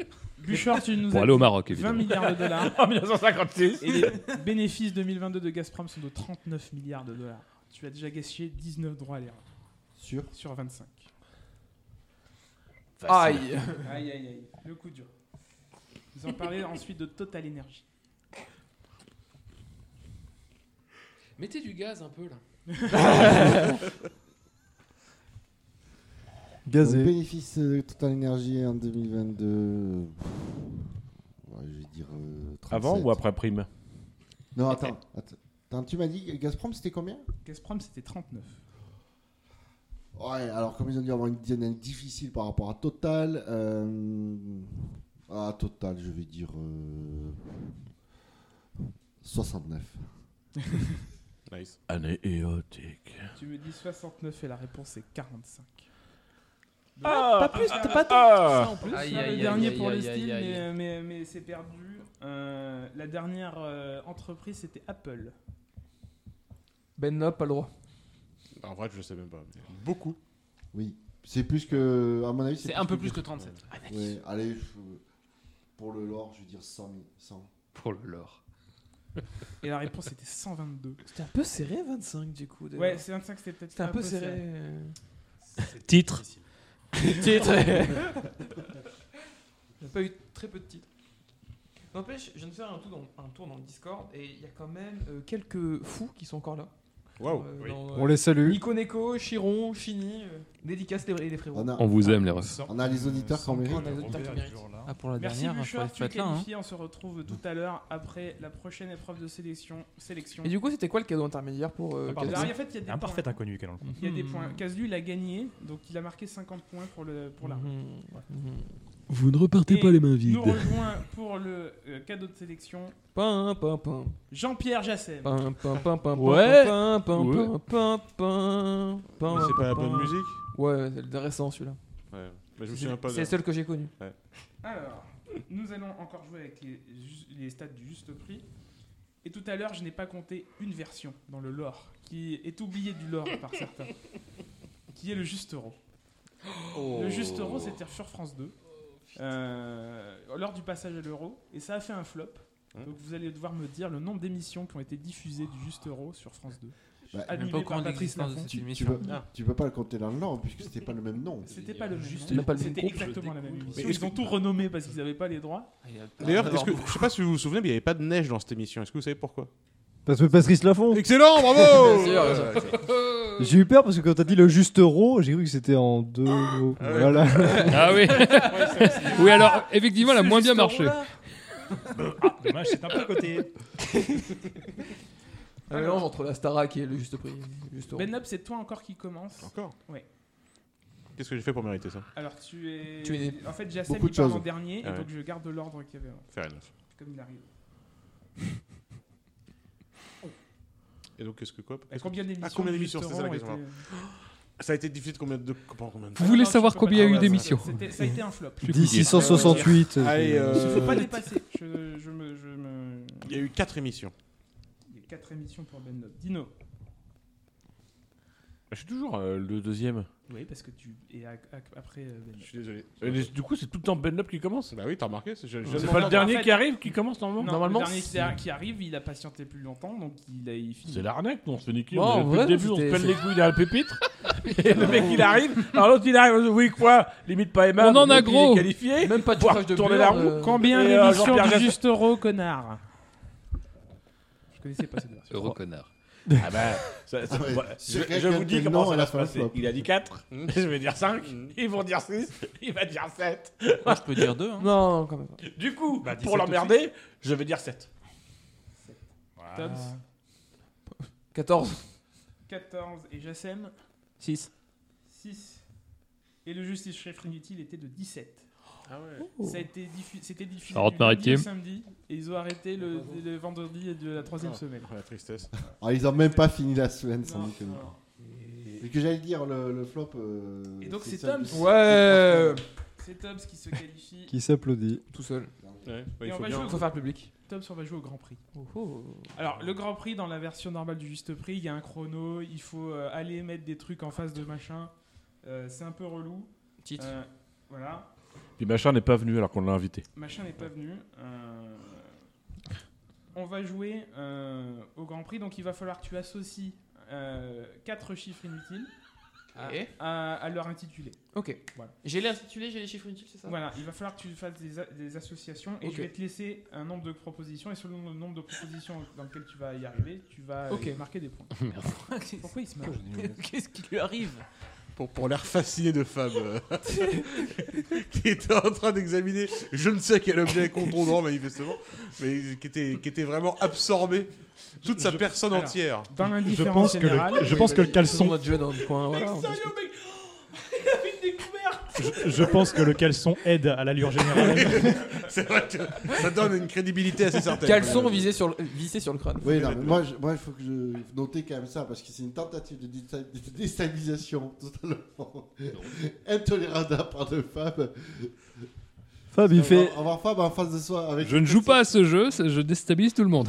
F: Bouchard, tu nous
G: Pour
F: as
G: aller au
F: dit
G: Maroc,
F: 20
G: évidemment.
F: milliards de
C: (laughs)
F: dollars.
D: En 1956.
F: Et les bénéfices 2022 de Gazprom sont de 39 milliards de dollars. Tu as déjà gâché 19 droits à l'erreur
H: Sûr
F: sur 25.
B: Aïe.
F: Aïe, aïe, aïe. Le coup dur. Nous en parlez ensuite de Total Energy.
J: Mettez du gaz un peu là.
H: Le
E: Gazé.
H: bénéfice de Total Energy en 2022. euh, pff, ouais, je vais dire. euh, 37.
D: Avant ou après prime
H: Non, attends. attends. Attends, tu m'as dit Gazprom, c'était combien
F: Gazprom, c'était 39.
H: Ouais, alors comme ils ont dû avoir une dizaine d'années difficiles par rapport à Total. euh, Ah, Total, je vais dire. euh, 69.
C: Nice.
D: Année éotique.
F: Tu me dis 69 et la réponse est 45.
D: Ah,
B: Pas plus.
D: ah,
B: T'as pas tant.
D: ah.
F: En plus,
J: Aïe,
F: faire
J: aïe,
F: le
J: aïe,
F: dernier
J: aïe,
F: pour le
J: aïe, aïe,
F: style,
J: aïe.
F: mais, mais- mais c'est perdu. Euh, la dernière euh, entreprise, c'était Apple.
B: Ben Lop, pas le droit.
C: En vrai, je sais même pas. mais Beaucoup.
H: Oui, c'est plus que. À mon avis,
J: C'est un peu plus que 37.
H: Ouais. Ouais, allez, je- pour le lore, je vais dire 100 000. 100.
J: Pour le lore.
F: Et la réponse était 122.
B: C'était un peu serré 25 du coup. d'ailleurs.
F: Ouais, c'est 25, c'était peut-être
B: C'était un
F: un
B: peu
F: peu
B: serré.
F: serré.
B: euh.
D: Titre.
B: Titre. Il n'y a pas eu très peu de titres. N'empêche, je viens de faire un tour dans, un tour dans le Discord et il y a quand même euh, quelques fous qui sont encore là.
C: Waouh.
B: Euh,
C: Oui.
B: dans,
E: On les salue.
B: Nico Neko, Chiron, Chini, euh, dédicace les, les
J: Oh,
E: Ah
B: frérots.
H: a-
G: On vous aime, les refs.
H: On a les auditeurs quand même.
B: On a les auditeurs qui méritent.
J: Ah, pour la
F: Merci
J: dernière,
F: Bouchard,
J: faudrait
F: tu es
J: être là. hein.
F: qualifié. On se retrouve tout à l'heure après la prochaine épreuve de sélection. sélection.
B: Et du coup, c'était quoi le cadeau intermédiaire pour euh,
I: Ah, pardon.
F: Alors,
B: Cassie
F: en fait, il y a des
I: Un
F: points.
I: parfait inconnu qu'elle en le (laughs) coup.
F: Il y a des
J: Mhm.
F: points. Caslu, il a gagné, donc il a marqué 50 points pour le pour la.
B: Mhm. Mhm.
K: Vous ne repartez
F: Et
K: pas les mains vides.
F: Nous rejoint pour le euh, cadeau de sélection
B: Pin, pin, pin.
F: Jean-Pierre Jassem.
B: Pin, pin, pin, pin,
D: Ouais.
B: pin, pin,
D: Ouais.
B: pin, pin, pin,
G: Oh,
B: pin,
C: Mais C'est pas la
B: pin.
C: bonne musique
B: Ouais, c'est le récent celui-là.
C: Ouais. Mais je me souviens pas de-
B: C'est le seul que j'ai connu.
K: Ah.
F: Alors, nous allons encore jouer avec les, ju- les stats du juste prix. Et tout à l'heure, je n'ai pas compté une version dans le lore qui est oubliée du lore
K: (laughs)
F: par certains, qui est le juste euro.
K: Oh.
F: Le juste euro, c'était sur France 2, euh, lors du passage à l'euro, et ça a fait un flop.
K: Hein
F: Donc vous allez devoir me dire le nombre d'émissions qui ont été diffusées du juste euro sur France 2.
J: Je suis
H: Bah,
J: même pas au
F: Animé
J: courant
F: par
J: de
F: Patrice
J: l'existence de
F: Lafont.
J: cette
H: Tu, tu
J: émission. Ah.
H: peux, tu peux pas le compter dans le lore puisque c'était pas le même nom.
F: C'était pas le même.
J: Juste
F: nom.
B: pas le même
F: C'était
B: groupe, je
F: exactement la même
J: découvre.
F: émission.
C: Mais est-ce
F: Ils ont
C: que-
F: tout renommé parce qu'ils n'avaient pas les droits.
C: D'ailleurs,
G: Ah,
J: est-ce
C: est-ce que, je sais pas si vous vous souvenez, mais il n'y avait pas de neige dans cette émission. Est-ce que vous savez pourquoi
E: Parce que Patrice Lafont.
C: Excellent, bravo
E: J'ai eu peur parce que quand t'as dit le juste euro, j'ai cru que c'était en deux mots. Voilà.
G: Ah oui. oui, alors, effectivement, elle a moins bien marché.
I: Ah, Dommage, c'est un peu à côté.
B: Un mélange entre la Starac et le juste prix. Juste
F: Ben Up, c'est toi encore qui commence.
C: Encore
F: Ouais.
C: Qu'est-ce que j'ai fait pour mériter ça
F: Alors tu es.
B: Tu es-
F: En fait, Jassem
H: Beaucoup
F: il
H: de
F: parle
H: choses.
F: en dernier,
C: Ah
F: et
C: ouais.
F: donc je garde l'ordre qu'il y avait avant,
C: Fair enough.
F: comme il arrive.
C: Et donc, qu'est-ce que quoi
F: Et combien d'émissions
C: Ah, combien
F: du
C: d'émissions,
F: Juste
C: c'est ça la
F: Orange
C: question,
F: étaient-
C: Ça a été diffusé de combien de. pendant combien de
G: Vous
C: temps
G: voulez
F: Non, tu
G: savoir
F: peux
G: combien il y
F: pas
G: a eu
F: savoir,
G: d'émissions
F: c'était- Ça a été un flop.
G: Je-
E: D'ici 168.
C: Allez,
E: euh,
F: Il faut
C: euh,
F: pas dépasser. Je, je me, je me-
C: Il y a eu 4 émissions.
F: Il y a 4 émissions pour Ben Up. Dino.
D: Je suis toujours euh, le deuxième.
F: Oui, parce que tu es à- à- après euh, Ben
C: Je
F: Up.
C: suis désolé.
D: Et les- du coup, c'est tout le temps Ben Up qui commence.
C: Bah oui, t'as remarqué je- je- je-
D: C'est pas le
F: en
D: dernier
F: fait-
D: qui arrive qui commence
F: Non,
D: normalement.
F: le
D: normalement,
F: dernier qui, qui arrive, il a patienté plus longtemps, donc il a il finit.
D: c'est l'arnaque. On se fait niquer.
B: Bon,
D: on
B: en
D: est là depuis
B: vrai,
D: le début, on se
B: c'était-
D: pèle les couilles dans le pépitre. et le mec, il arrive. Alors l'autre, il arrive. Oui, quoi Limite pas aimable.
G: On en a
D: donc il est
G: gros.
B: (laughs)
D: qualifié.
B: Même pas de
D: Boire,
B: chauffage de
D: tourner
B: beurre,
D: la roue,
B: euh,
F: Combien
D: Et, euh,
F: d'émissions
D: Jean-Pierre
F: du
D: Jassem.
F: Juste Euro, connard Je connaissais pas cette version.
G: Heureux connard.
D: Ah bah, ça- ça-
H: Ah ouais.
D: bah,
H: Si
D: je,
H: quelqu'un
D: je vous
H: dit
D: dis
H: non,
D: comment ça
H: elle
D: va
H: a
D: se
H: fait un
D: passer.
H: flop.
D: Il a
C: (laughs)
D: dit 4,
C: Mm.
D: je vais dire 5, ils vont dire 6, il va dire 7.
J: Moi, je peux dire deux. Hein.
B: Non, non, quand même. pas.
D: Du coup,
I: Bah, dis
D: pour
I: sept tout de
D: l'emmerder, je vais dire 7.
F: Toms,
B: 14.
F: 14 et Jassem
B: 6.
F: 6. Et le Justice Chef Inutile était de 17.
B: Oh.
F: Ça a été diffu- C'était diffusé
G: Charente
F: du lundi
G: Maritime.
F: au samedi et ils ont arrêté le, le vendredi de la troisième
C: Ah.
F: semaine.
C: Oh, La tristesse.
H: Ah, ils ont même pas fini la semaine sans
F: Non,
H: déconner.
F: non.
H: Mais que j'allais dire, le, le flop. euh,
F: Et donc c'est
H: ça,
F: Tom.
H: le-
B: Ouais.
F: C'est Toms qui se qualifie.
E: Qui s'applaudit.
B: Tout seul.
C: Ouais, bah,
F: Et
C: il
F: on
C: faut
F: va
C: bien.
F: jouer
B: Faut faire public.
F: Toms, on va jouer au Grand Prix.
B: Oh, oh.
F: Alors, le Grand Prix, dans la version normale du Juste Prix, il y a un chrono, il faut euh, aller mettre des trucs en face de machin. Euh, c'est un peu relou.
B: Titre.
F: Euh, voilà.
D: Puis machin n'est pas venu alors qu'on l'a invité.
F: Machin n'est pas venu. Euh, On va jouer euh, au Grand Prix, donc il va falloir que tu associes 4 chiffres inutiles
B: Ok.
F: à, à leur intitulé.
B: Ok.
F: Voilà.
B: J'ai l'intitulé, j'ai les chiffres inutiles, c'est (laughs) ça
F: Voilà, il va falloir que tu fasses des, a- des associations et
B: Ok.
F: je vais te laisser un nombre de propositions et selon le nombre de propositions dans lequel tu vas y arriver, tu vas euh,
B: Ok.
F: marquer des points. Pourquoi il se marche
J: Qu'est-ce qui lui arrive
C: (laughs) Pour, pour l'air fasciné de Fab, euh, (laughs) qui était en train d'examiner je ne sais quel (laughs) objet contondant, manifestement, mais qui était, qui était vraiment absorbé, toute sa personne
F: alors,
C: entière.
F: Dans
I: Je
F: l'indifférence
I: pense que
F: générale,
I: le,
F: (laughs)
I: je pense que
B: (laughs)
I: le
B: Son
I: caleçon,
B: notre jeu dans le coin. Voilà. on peut-
F: Sérieux, mec oh, (laughs) Il a fait une découverte
I: je, je pense que le caleçon aide à l'allure (laughs) générale.
C: C'est vrai que ça donne une crédibilité assez certaine.
B: Caleçon visé sur le, euh, vissé sur le crâne.
H: Oui, non, mais moi, je- moi, il faut que je noter quand même ça parce que c'est une tentative de, désta- de (laughs) déstabilisation totalement intolérable par de femmes.
E: Fab, il
H: On va
E: fait.
H: Avoir Fab en face de soi avec.
G: Je ne joue pas à ce jeu, c'est- je déstabilise tout le monde.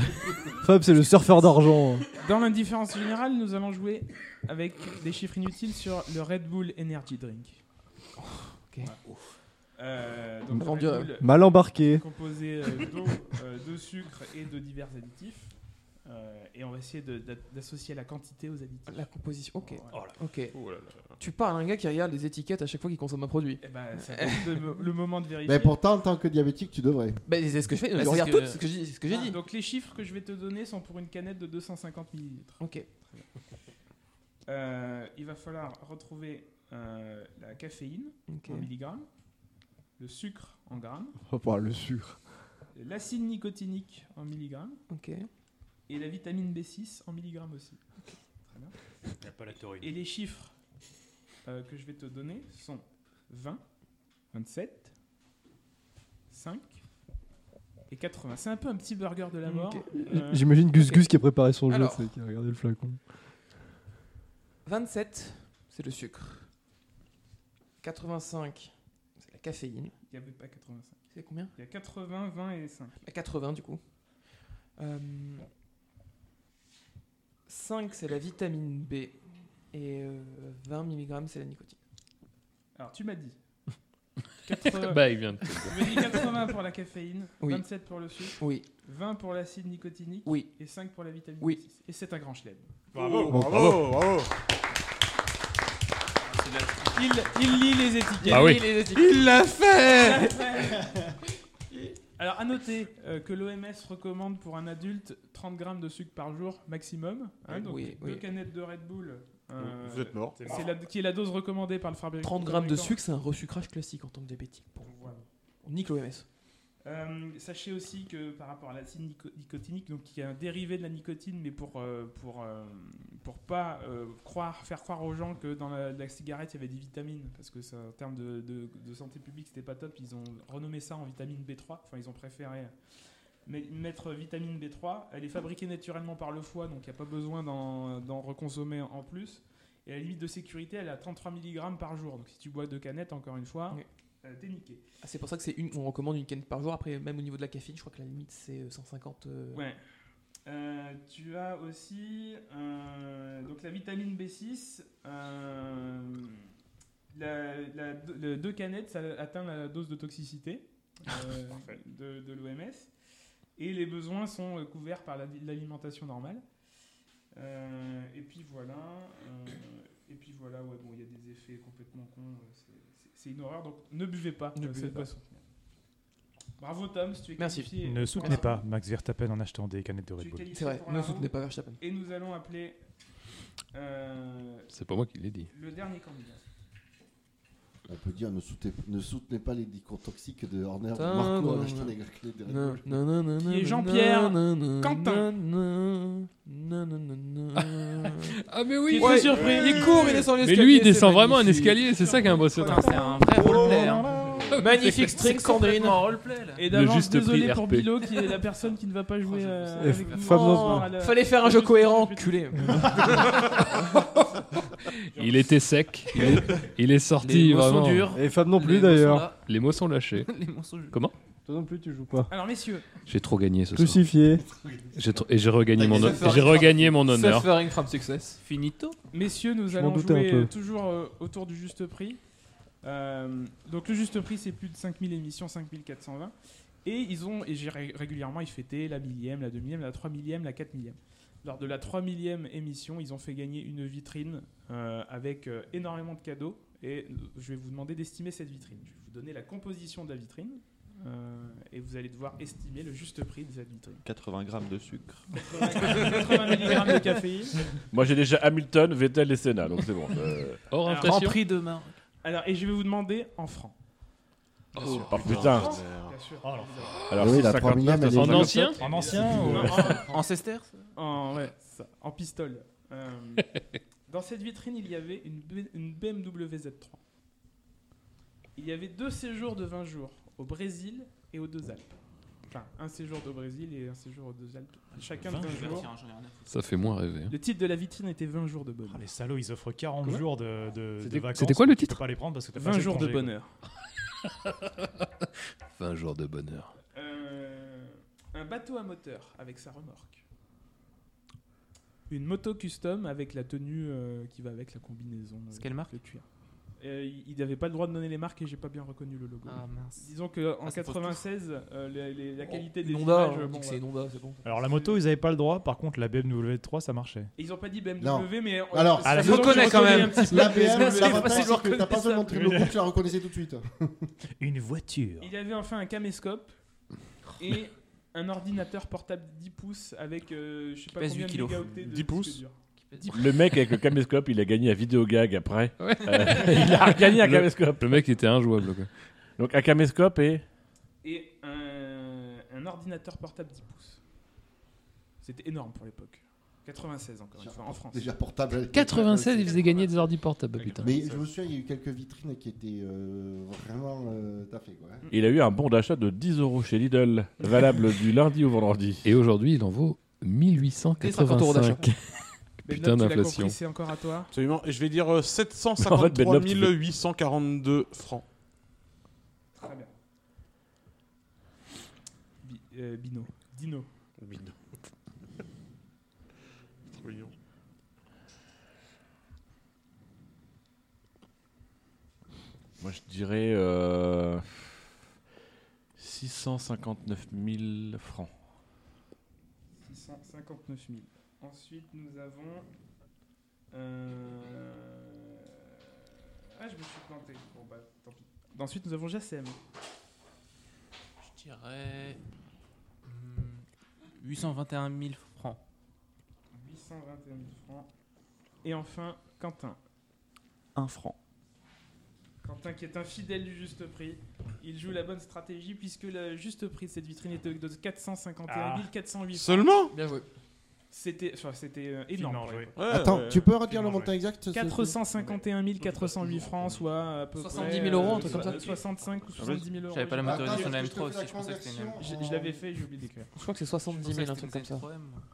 E: Fab, c'est le surfeur d'argent.
F: Dans l'indifférence générale, nous allons jouer avec des chiffres inutiles sur le Red Bull Energy Drink. Voilà. Euh, donc
B: Grand
F: Red
B: dieu.
F: Bull,
E: Mal embarqué.
F: Composé euh, d'eau, euh, de sucre et de divers additifs. Euh, et on va essayer de- d'a- d'associer la quantité aux additifs.
B: La composition, ok.
F: Voilà.
B: Ok.
C: Oh
B: Tu parles à un gars qui regarde les étiquettes à chaque fois qu'il consomme un produit.
F: Eh ben, ça peut être le, le moment de vérifier.
H: Mais pourtant, en tant que diabétique, tu devrais.
B: Bah, c'est ce que je fais.
G: Bah,
B: je
G: c'est
B: regarde
G: ce que-
B: tout, c'est ce que j'ai c'est ce que j'ai
F: Ah,
B: dit.
F: Donc les chiffres que je vais te donner sont pour une canette de 250 millilitres.
B: Ok.
F: Euh, il va falloir retrouver euh, la caféine
B: Ok.
F: en milligrammes, le sucre en grammes,
E: Oh, bah, le sucre.
F: l'acide nicotinique en milligrammes
B: Ok.
F: et la vitamine B6 en milligrammes aussi. Très bien.
I: Il n'y a pas la théorie.
F: Et les chiffres euh, que je vais te donner sont 20, 27, 5 et 80. C'est un peu un petit burger de la mort. Euh,
E: J'imagine Gus Gus qui a préparé son jeu,
B: Alors.
E: tu sais, qui a regardé le flacon.
B: 27, c'est le sucre. 85, c'est la caféine.
F: Il n'y avait pas 85.
B: C'est combien
F: Il y a 80, 20 et 5.
B: Bah, 80 du coup. 5, c'est la vitamine B. Et euh, 20 mg, c'est la nicotine.
F: Alors, tu
B: (laughs)
F: m'as dit. 80
G: Bah, il vient de (laughs) te
F: Tu m'as dit 80 pour la caféine,
B: Oui.
F: 27 pour le sucre,
B: Oui,
F: 20 pour l'acide nicotinique
B: oui.
F: et 5 pour la vitamine
B: Oui.
F: B6. Et c'est un grand chelem.
C: Bravo,
E: Bon,
C: bravo, bravo.
F: Il, il lit les étiquettes.
G: Ah oui.
B: Les étiquettes.
C: Il l'a fait
F: Alors, à noter euh, que l'OMS recommande pour un adulte 30 grammes de sucre par jour maximum. hein, donc,
B: Oui,
F: deux
B: oui.
F: canettes de Red Bull. euh,
C: Vous êtes mort.
F: c'est la, qui est la dose recommandée par le fabricant.
B: 30 grammes de sucre, c'est un resucrage classique en tant que diabétique. Pour...
F: Voilà.
B: On nique l'OMS.
F: Euh, sachez aussi que par rapport à l'acide nico- nicotinique, donc qui est un dérivé de la nicotine, mais pour euh, pour euh, pour pas euh, croire, faire croire aux gens que dans la, la cigarette il y avait des vitamines, parce que ça, en termes de, de- de santé publique c'était pas top, ils ont renommé ça en vitamine B3, enfin ils ont préféré me- mettre vitamine B3. Elle est fabriquée naturellement par le foie, donc il n'y a pas besoin d'en d'en reconsommer en plus. Et la limite de sécurité, elle est à 33 mg par jour. Donc si tu bois deux canettes, encore une fois,
B: Oui.
F: euh, t'es niqué.
B: Ah, c'est pour ça que c'est une, on recommande une canne par jour. Après, même au niveau de la caféine, je crois que la limite c'est euh, 150. euh,
F: Ouais. Euh, tu as aussi euh, donc la vitamine B6. euh, la, la- le- deux canettes, ça atteint la dose
B: (laughs)
F: de toxicité euh, de, l'OMS. Et les besoins sont euh, couverts par la- l'alimentation normale. Euh, et puis voilà. euh, et puis voilà, ouais, bon, il y a des effets complètement cons. euh, c'est- c'est- C'est une horreur, donc ne buvez pas
B: Ne
F: euh,
B: buvez
F: cette
B: pas.
F: boisson. Bravo Tom, si tu es
B: Merci.
F: qualifié.
I: Ne soutenez pas Max Verstappen en achetant des canettes de
F: Tu
I: Red
F: es
I: Bull.
F: qualifié
B: C'est vrai,
F: pour
B: ne
F: la
B: soutenez pas Verstappen.
F: et nous allons appeler euh,
G: C'est pas moi qui l'ai dit.
F: le dernier candidat.
H: On peut dire ne soutenez, ne soutenez pas les liqueurs toxiques de Horner ou
B: Putain,
H: Marco
B: non,
H: en achetant
B: non.
H: des clés de Red
B: Non,
H: Bull.
B: non, non, non,
F: Qui est
B: non,
F: Jean-Pierre
B: non, non,
F: Quentin.
B: non, non, non, non, non, non.
G: Ah, mais
F: Qui
G: oui
F: est très surpris.
B: (laughs) Il court, il descend
G: Mais
B: l'escalier.
G: lui, il descend
B: c'est
G: vraiment un
B: magnifique.
G: escalier, c'est ça qui est impressionnant.
F: C'est un
J: vrai
B: Oh,
J: roleplay.
B: Magnifique string, Sandrine.
F: Et
G: Le
F: d'avance,
G: juste prix
F: désolé pour
G: RP.
F: Bilo qui est la personne qui ne
B: Oh,
F: va pas jouer euh,
E: Et
F: avec
E: Fab
F: nous.
E: Fab
F: ce
E: Lozman.
F: soir à la-
B: Fallait faire un jeu cohérent, culé. (laughs)
G: Il était sec, il est, il est sorti
J: Les mots sont
G: vraiment.
J: durs.
E: Et Fab non plus
J: Les mots sont
E: d'ailleurs.
J: là.
G: Les mots sont lâchés.
J: Les mots sont-
E: Toi non plus, tu joues pas.
F: Alors messieurs,
G: J'ai trop gagné ce soir.
E: Crucifié.
G: J'ai trop- Et j'ai regagné,
H: Avec
G: mon,
H: des
G: hon-
H: affaires
G: j'ai regagné mon honneur.
B: Suffering from success.
J: Finito.
F: messieurs, nous
E: Je m'en
F: allons
E: doutais un
F: jouer
E: peu.
F: euh, toujours euh, autour du juste prix. Euh, donc le juste prix, c'est plus de 5000 émissions, 5420. Et ils ont, et j'ai ré- régulièrement, ils fêtaient la millième, la deux millième, la trois millième, la quatre millième. Lors de la trois millième émission, ils ont fait gagner une vitrine euh, avec euh, énormément de cadeaux. Et euh, je vais vous demander d'estimer cette vitrine. Je vais vous donner la composition de la vitrine. euh, et vous allez devoir estimer le juste prix de cette vitrine.
K: 80 grammes de sucre.
F: 80 mg de caféine.
L: Moi j'ai déjà Hamilton, Vettel et Senna, donc c'est bon. Euh,
G: Hors
F: Alors,
J: Grand
G: inflation.
J: prix demain.
F: Alors, et je vais vous demander en francs.
L: oh, putain.
C: Ah.
F: Bien sûr.
I: Oh,
L: Alors,
H: Oui, la
L: 6,59,
H: trois millième, elle est-
G: En
L: 3,59.
G: ancien
I: En ancien euh, ou- (laughs)
J: Ancester
F: En, ouais, ça, en pistole. Euh, dans cette vitrine, il y avait une, B- une BMW Z3. Il y avait deux séjours de 20 jours au Brésil et aux deux Alpes. Enfin, un séjour au Brésil et un séjour aux deux Alpes. Chacun de 20 jours.
G: Ça fait moins rêver. hein.
F: Le titre de la vitrine était 20 jours de bonheur.
I: Ah, les salauds, ils offrent 40 jours de, de- de
G: C'était-
I: vacances.
G: c'était quoi le
I: Tu
G: titre
I: peux pas les prendre parce que t'as pas
F: 20
I: assez
F: jours de
I: congés, quoi.
F: bonheur.
K: 20 jours de bonheur.
F: Euh, un bateau à moteur avec sa remorque. Une moto custom avec la tenue euh, qui va avec la combinaison.
J: C'est
F: euh,
J: quelle marque
F: Le cuir. Euh, il il n'avait pas le droit de donner les marques et j'ai pas bien reconnu le logo.
J: Ah, mince.
F: Disons que en
J: Ah, ça pose tout.
F: 96, euh, les- les- la qualité
B: une
F: des
B: Honda,
F: images,
B: Oh, on dit
F: bon,
B: que
F: ouais.
B: c'est une Honda, c'est bon.
I: Alors la moto, ils n'avaient pas le droit. Par contre, la BMW 3, ça marchait.
F: Et ils ont pas dit BMW,
I: Non.
F: mais on-
I: Alors,
F: ça-
I: Ah, la
F: ça-
I: photo
F: ça-
I: qu'on a
F: ça-
I: quand
F: ça-
I: même.
F: ça- ça-
I: La
F: ça-
I: BM,
F: ça- ça- ça-
I: la vraie
F: ça-
I: marque,
F: ça-
I: c'est que t'as pas
F: ça-
I: seulement
H: Le logo, tu la reconnaissais tout de suite.
I: Une voiture.
F: Il avait enfin un caméscope et un ordinateur portable 10 pouces avec euh, je sais pas
J: Pèse
F: combien
J: huit
F: de
J: kilos.
F: mégaoctets de
J: 10
F: disque
J: pouces
F: dur.
L: Le mec avec le caméscope, il a gagné à Vidéogag après.
J: Ouais.
L: Euh, (laughs) il a gagné un
K: Le-
L: caméscope.
K: le mec était injouable, quoi.
L: Donc un caméscope et.
F: et un, un ordinateur portable 10 pouces. C'était énorme pour l'époque. 96 encore une fois en France.
H: Déjà portable. à l'époque.
G: 96, ils faisaient gagner des ordi portables, putain.
H: Mais je me souviens, il y a eu quelques vitrines qui étaient euh, vraiment euh, taffées. Quoi.
L: Il a eu un bon d'achat de 10 euros chez Lidl, valable du lundi au vendredi.
K: Et aujourd'hui, il en vaut
B: Et 50 euros d'achat.
K: 1885. Putain d'inflation.
F: c'est encore à toi.
C: Absolument. Et je vais dire euh, 753
K: En fait, Ben Lop, tu fais-
C: 842 francs.
F: Très bien. Bi- euh, Bino. Dino.
C: Bino. Trop mignon.
L: Moi, je dirais euh, 659 000 francs.
F: 659 000. Ensuite, nous avons. euh, Ah, je me suis planté. Bon, bah, tant pis. Ensuite, nous avons JCM.
J: Je dirais. hmm, 821 000 francs.
F: 821 000 francs. Et enfin, Quentin.
J: 1 franc.
F: Quentin qui est un fidèle du juste prix. Il joue la bonne stratégie puisque le juste prix de cette vitrine était de 451
I: Ah.
F: 408 francs.
C: Seulement
B: Bien joué.
F: C'était enfin, c'était, euh, énorme.
I: Finement
F: pour
I: joué.
F: l'époque.
I: Ouais,
H: Attends,
I: ouais,
H: tu peux redire
I: finement
H: le
I: joué.
H: montant exact ce-
F: 451 408 francs, soit à peu
B: 70
F: près,
B: 000 euros,
F: euh,
B: un truc comme ça. Ah,
F: 65 ou 70 000 euros.
J: Ah, J'avais pas la
F: Attends,
J: motorisation de la
F: je te
J: M3
F: fais la
J: aussi, je pensais que c'était une M3.
F: Je, je l'avais fait, j'ai oublié d'écrire.
B: Je crois que c'est 70 000, un truc comme ça.
C: Ouais,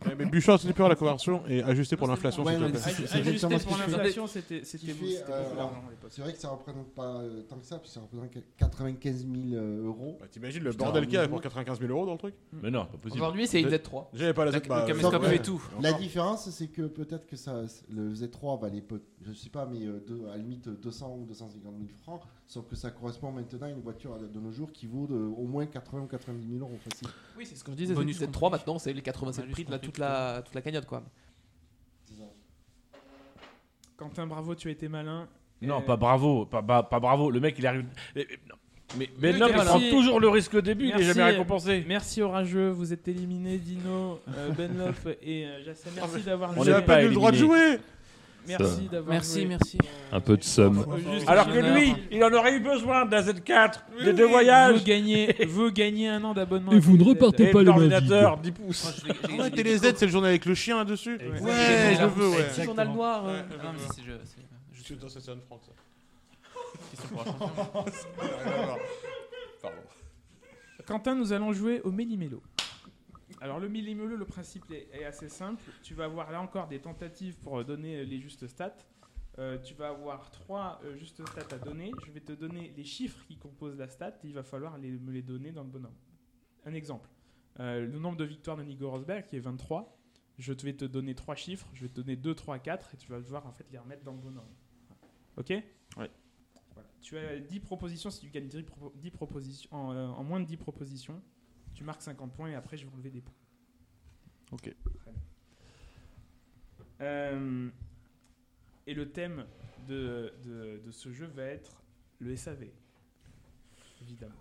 C: Eh, mais Bouchard, c'est plus à la conversion et ajusté pour l'inflation, s'il te plaît.
H: c'est exactement
F: Ajusté
H: ce
F: pour
H: que je fais.
F: l'inflation, c'était c'était
H: Qui
F: beau,
H: fait,
F: c'était
H: euh,
F: beaucoup d'argent à l'époque.
H: C'est vrai que ça représente pas euh, tant que ça, puis ça représente que 95 000 euh, euros.
C: Bah, T'imagines le bordel qu'il y a pour 95 000 euros dans le truc
L: Mais non, pas possible.
B: Aujourd'hui, c'est une
C: Le-
B: Z3.
C: J'avais pas la Z3. bah,
H: Donc,
C: euh,
H: euh,
C: encore.
H: La différence, c'est que peut-être que ça, le Z3 valait peu, je sais pas, mais euh, deux- à la limite 200 ou 250 000 francs, sauf que ça correspond maintenant à une voiture de de nos jours qui vaut de- au moins 80 ou 90 000 euros facile.
B: Oui, c'est ce que je disais.
J: Bonus
B: Z3 maintenant, c'est les 87
J: Bonus
B: prix de la,
J: compris,
B: toute, la, toute la cagnotte, quoi.
F: Quentin, bravo, tu as été malin.
L: Non,
F: Euh,
L: pas bravo, pas, pas- pas bravo. Le mec, il arrive. Mais, mais- non. mais Ben
F: Oui,
L: Lop, il
F: merci.
L: prend toujours le risque au début, il
F: Merci,
L: est jamais récompensé.
F: Merci Orageux, vous êtes éliminés, Dino, euh, Benlop et euh, Jassem. Merci d'avoir
L: On
F: joué.
L: n'a pas eu
C: le droit de jouer
F: Merci
K: Ça.
F: d'avoir
J: Merci,
F: joué.
J: merci.
K: Un peu de somme.
F: Euh, juste
L: Alors
F: un
L: que
F: honneur.
L: lui, il en aurait eu besoin de la Z4, des
F: Oui,
L: deux
F: oui,
L: voyages.
F: Vous gagnez, vous gagnez un an d'abonnement.
K: Et
F: à
K: vous ne
F: TVZ.
K: repartez
L: Et
K: pas le
L: l'ordinateur,
K: vide.
L: 10 pouces.
J: Moi, je l'ai- j'ai- j'ai-
C: Ouais, Télé Z, c'est le journal avec le chien dessus.
I: Exactement.
C: Ouais, je le veux, ouais.
B: Petit journal noir. euh,
C: Ouais.
J: Non, mais c'est je- c'est-
C: Je suis dans cette zone franc, ça.
J: question pour un champion.
C: Pardon.
F: Quentin, nous allons jouer au Méli-Mélo. Alors le Méli-Mélo, le principe est, est assez simple. Tu vas avoir là encore des tentatives pour euh, donner euh, les justes stats. Euh, tu vas avoir trois euh, justes stats à donner. Je vais te donner les chiffres qui composent la stat et il va falloir les- me les donner dans le bon ordre. Un exemple. Euh, le nombre de victoires de Nico Rosberg qui est 23. Je te- vais te donner trois chiffres. Je vais te donner 2, 3, 4 et tu vas devoir en fait les remettre dans le bon ordre. Ok
L: Ouais.
F: Voilà. Tu as 10 propositions. Si tu gagnes 10 propo- 10 propositions, en, euh, en moins de 10 propositions, tu marques 50 points et après je vais enlever des points.
L: Ok.
F: Euh, et le thème de, de- de ce jeu va être le SAV. Évidemment.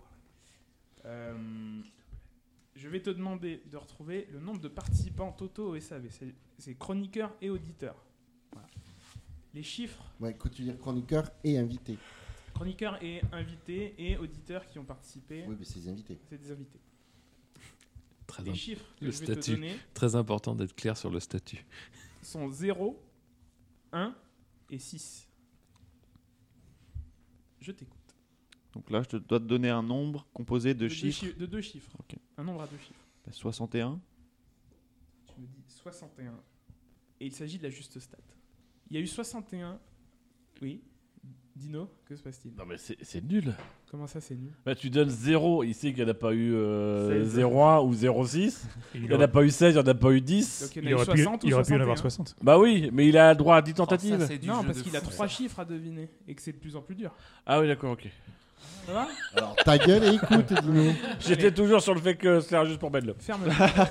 F: Euh, je vais te demander de retrouver le nombre de participants totaux au SAV. C'est- C'est chroniqueur et auditeur. Voilà. Les chiffres
H: Ouais, quand tu dis chroniqueur et invité.
F: Chroniqueurs et invités et auditeurs qui ont participé,
H: Oui, mais c'est des invités.
F: c'est des invités.
K: Très
F: Les
K: bien.
F: chiffres que
K: Le
F: je vais te
K: statut.
F: donner
K: Très important d'être clair sur le statut.
F: sont 0, 1 et 6. Je t'écoute.
M: Donc là, je te- dois te donner un nombre composé de
F: deux
M: chiffres.
F: chi- de deux chiffres. Un nombre à deux chiffres.
M: Bah, 61.
F: Tu me dis 61. Et il s'agit de la juste stat. Il y a eu 61, oui, Dino, que se passe-t-il
D: Non, mais c'est c'est nul.
F: Comment ça, c'est nul
D: Bah, tu donnes 0, il sait qu'il n'y en a pas eu euh,
F: 16.
D: 0,1 ou 0,6.
F: Et
D: Il
F: il
D: n'y en a
F: aurait-
D: pas eu 16, il n'y en a pas eu 10.
F: Donc, il y en a Il eu aurait pu- 60 ou il aurait pu en avoir 61. 60.
I: hein.
D: Bah oui, mais il a droit à 10
F: Ça,
D: tentatives.
F: c'est du Non, parce qu'il a trois chiffres à deviner et que c'est de plus en plus dur.
D: Ah oui, d'accord, ok.
F: Ça va
D: Alors,
H: ta gueule et écoute, dis-nous.
D: J'étais
F: Allez.
D: toujours sur le fait que c'était injuste pour Bedlam.
B: (laughs)
F: Ferme-la.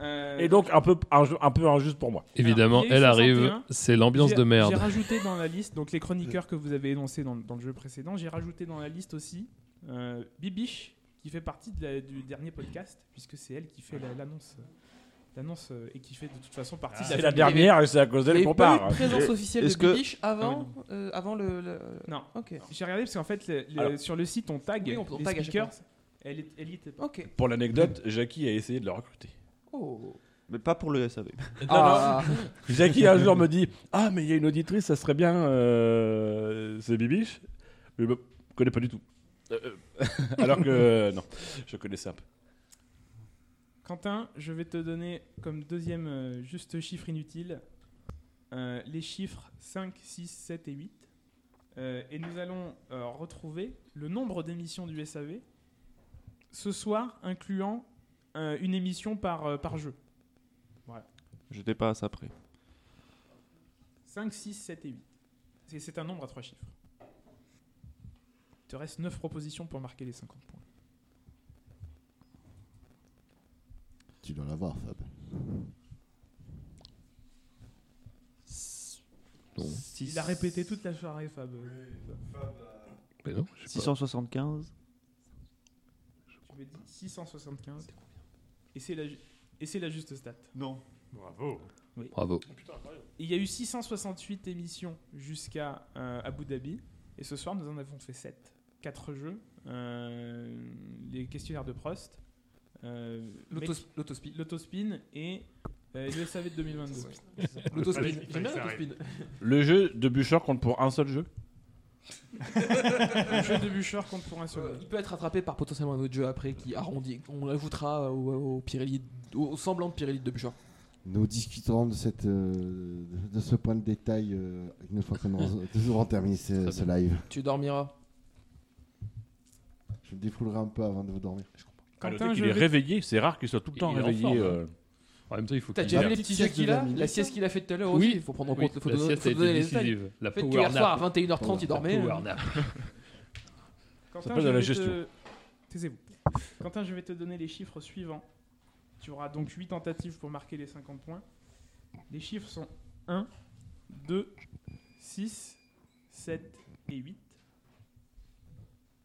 F: Euh,
D: Et donc, un peu, un, un peu injuste pour moi.
C: Évidemment,
F: Il y a eu
C: elle
F: 61.
C: arrive, c'est l'ambiance
F: J'ai-
C: de merde.
F: J'ai rajouté dans la liste, donc les chroniqueurs que vous avez énoncés dans, dans le jeu précédent, j'ai rajouté dans la liste aussi euh, Bibiche, qui fait partie de la- du dernier podcast, puisque c'est elle qui fait la- l'annonce. L'annonce euh, et qui fait de toute façon partie
D: Ah,
F: de
D: c'est la dernière et c'est à cause d'elle
F: Il y
D: qu'on
F: avait pas eu de
D: part.
F: présence
D: Est-ce
F: officielle
D: que-
B: Biche
F: Ah oui,
B: avant,
F: non.
B: euh, avant le, le-
F: Non.
B: Ok.
F: J'ai regardé parce qu'en fait, le- le-
D: Alors.
F: sur le site, on tag
B: Oui, on- on
F: les
B: tag à chaque
F: speakers.
B: fois.
F: Elle, est- elle y était pas.
B: Ok.
D: Pour l'anecdote, Jackie a essayé de le recruter.
B: Oh. Ah.
N: Mais pas pour le SAV.
D: Non, non. Jackie un jour me dit Ah, mais il y a une auditrice, ça serait bien. euh, c'est Bibiche Je me connais pas du tout. Euh, euh, (laughs) Alors que, euh, non, je connaissais un peu.
F: Quentin, je vais te donner comme deuxième euh, juste chiffre inutile euh, les chiffres 5, 6, 7 et 8. Euh, et nous allons euh, retrouver le nombre d'émissions du SAV ce soir, incluant euh, une émission par, euh, par jeu. Voilà.
N: J'étais pas à ça près.
F: 5, 6, 7 et 8. C'est, c'est un nombre à trois chiffres. Il te reste 9 propositions pour marquer les 50 points.
H: Tu dois l'avoir, Fab.
N: 6...
F: Il a répété toute la soirée, Fab.
I: euh,
C: Mais non,
N: 675.
F: Tu me dis 675. Et c'est la, ju- et c'est la juste stat.
N: Non.
F: Bravo.
C: Bravo.
F: Il y a eu 668 émissions jusqu'à euh, Abu Dhabi. Et ce soir, nous en avons fait 7. 4 jeux. euh, les questionnaires de Prost. euh,
B: L'autos-
F: Mec- L'autospin et euh, le SAV de 2022.
B: (laughs) L'autospin.
F: J'aime bien
B: J'aime bien
F: l'autospin.
D: Le jeu de Bouchard compte pour un seul jeu
F: Le jeu de Bouchard compte pour un seul.
B: Euh, Il peut être rattrapé par potentiellement un autre jeu après qui arrondit. On ajoutera au, au, pyrélide- au semblant de pyrélide de Bouchard.
H: Nous discuterons de, cette, euh, de ce point de détail euh, une fois qu'on aura- nous aurons (laughs) terminé ce, ce live.
B: Tu dormiras.
H: Je me défoulerai un peu avant de vous dormir.
D: Ah, le truc, il est réveillé, c'est rare qu'il soit tout le temps
B: Il est en
D: réveillé.
B: forme, hein.
D: euh.
C: En même temps, il faut
B: T'as
C: qu'il
B: déjà
C: dorme.
B: vu les petits siestes
C: Sieste
B: qu'il a
C: de vingt
B: La sieste qu'il a faite tout à l'heure
C: Oui.
B: aussi, il faut prendre en
C: Oui,
B: compte le faut
C: la
B: donner-
C: sieste
B: faut
C: a été
B: donner les détails.
C: décisive. La
B: En fait,
C: power
B: hier soir à
C: nap.
B: 21h30, il
C: La
B: dormait.
C: power
B: euh.
C: nap.
F: Quentin,
D: s'appelle
F: je
D: de la
F: vais te-
D: gestion.
F: Taisez-vous. Quentin, je vais te donner les chiffres suivants. Tu auras donc 8 tentatives pour marquer les 50 points. Les chiffres sont 1, 2, 6, 7 et 8.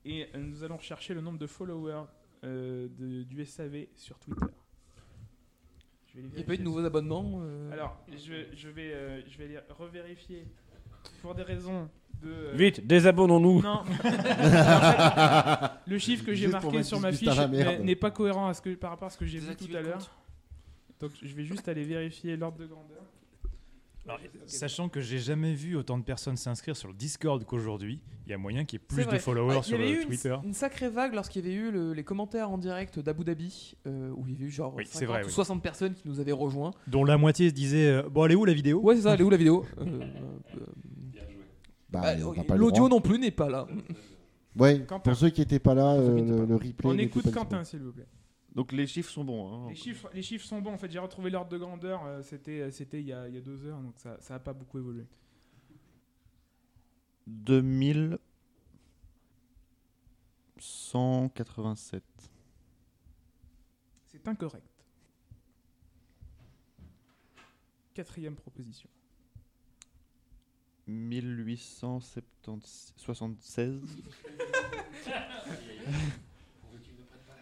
F: Et euh, nous allons rechercher le nombre de followers euh, de- du SAV sur Twitter. Je vais les
B: Il y a pas eu de
F: vérifier.
B: nouveaux abonnements euh,
F: Alors, je, je vais, euh, je vais les revérifier pour des raisons de. euh,
D: Vite, désabonnons-nous.
F: Non.
D: (laughs)
F: (laughs) En fait, le chiffre que j'ai
H: Juste pour
F: marqué
H: mettre
F: sur ma
H: Biscuit
F: fiche
H: à la merde.
F: n'est pas cohérent à ce que, par rapport à ce que j'ai vu tout à l'heure. Donc, je vais juste aller vérifier l'ordre de grandeur.
I: Sachant que j'ai jamais vu autant de personnes s'inscrire sur le Discord qu'aujourd'hui, il y a moyen qu'il y ait
B: C'est
I: plus de
B: vrai.
I: followers
B: Ah, il y
I: sur
B: avait eu
I: le
B: une-
I: Twitter.
B: Une, sacrée vague lorsqu'il y avait eu le- les commentaires en direct d'Abu Dhabi, euh, où il y avait eu genre
I: Oui, c'est
B: 50
I: vrai,
B: ou
I: oui.
B: 60 personnes qui nous avaient rejoints.
I: Dont la moitié se disait euh, Bon, elle est où la vidéo
B: Ouais, c'est ça, elle est où la vidéo Euh, euh, euh,
H: Bah,
B: bah,
H: on n'a pas le
B: L'audio
H: droit.
B: non plus n'est pas là.
H: Ouais,
F: Quentin.
H: pour ceux qui n'étaient pas là, euh, le, le replay.
F: On
H: n'était
F: écoute
H: pas
F: Quentin, s'il vous plaît.
N: Donc les chiffres sont bons. Hein.
F: Les chiffres, les chiffres sont bons. En fait, j'ai retrouvé l'ordre de grandeur. euh, C'était euh, c'était il, y a il y a deux heures, donc ça n'a pas beaucoup évolué.
N: 2187.
F: C'est incorrect. Quatrième proposition.
N: 1876.
H: disponible.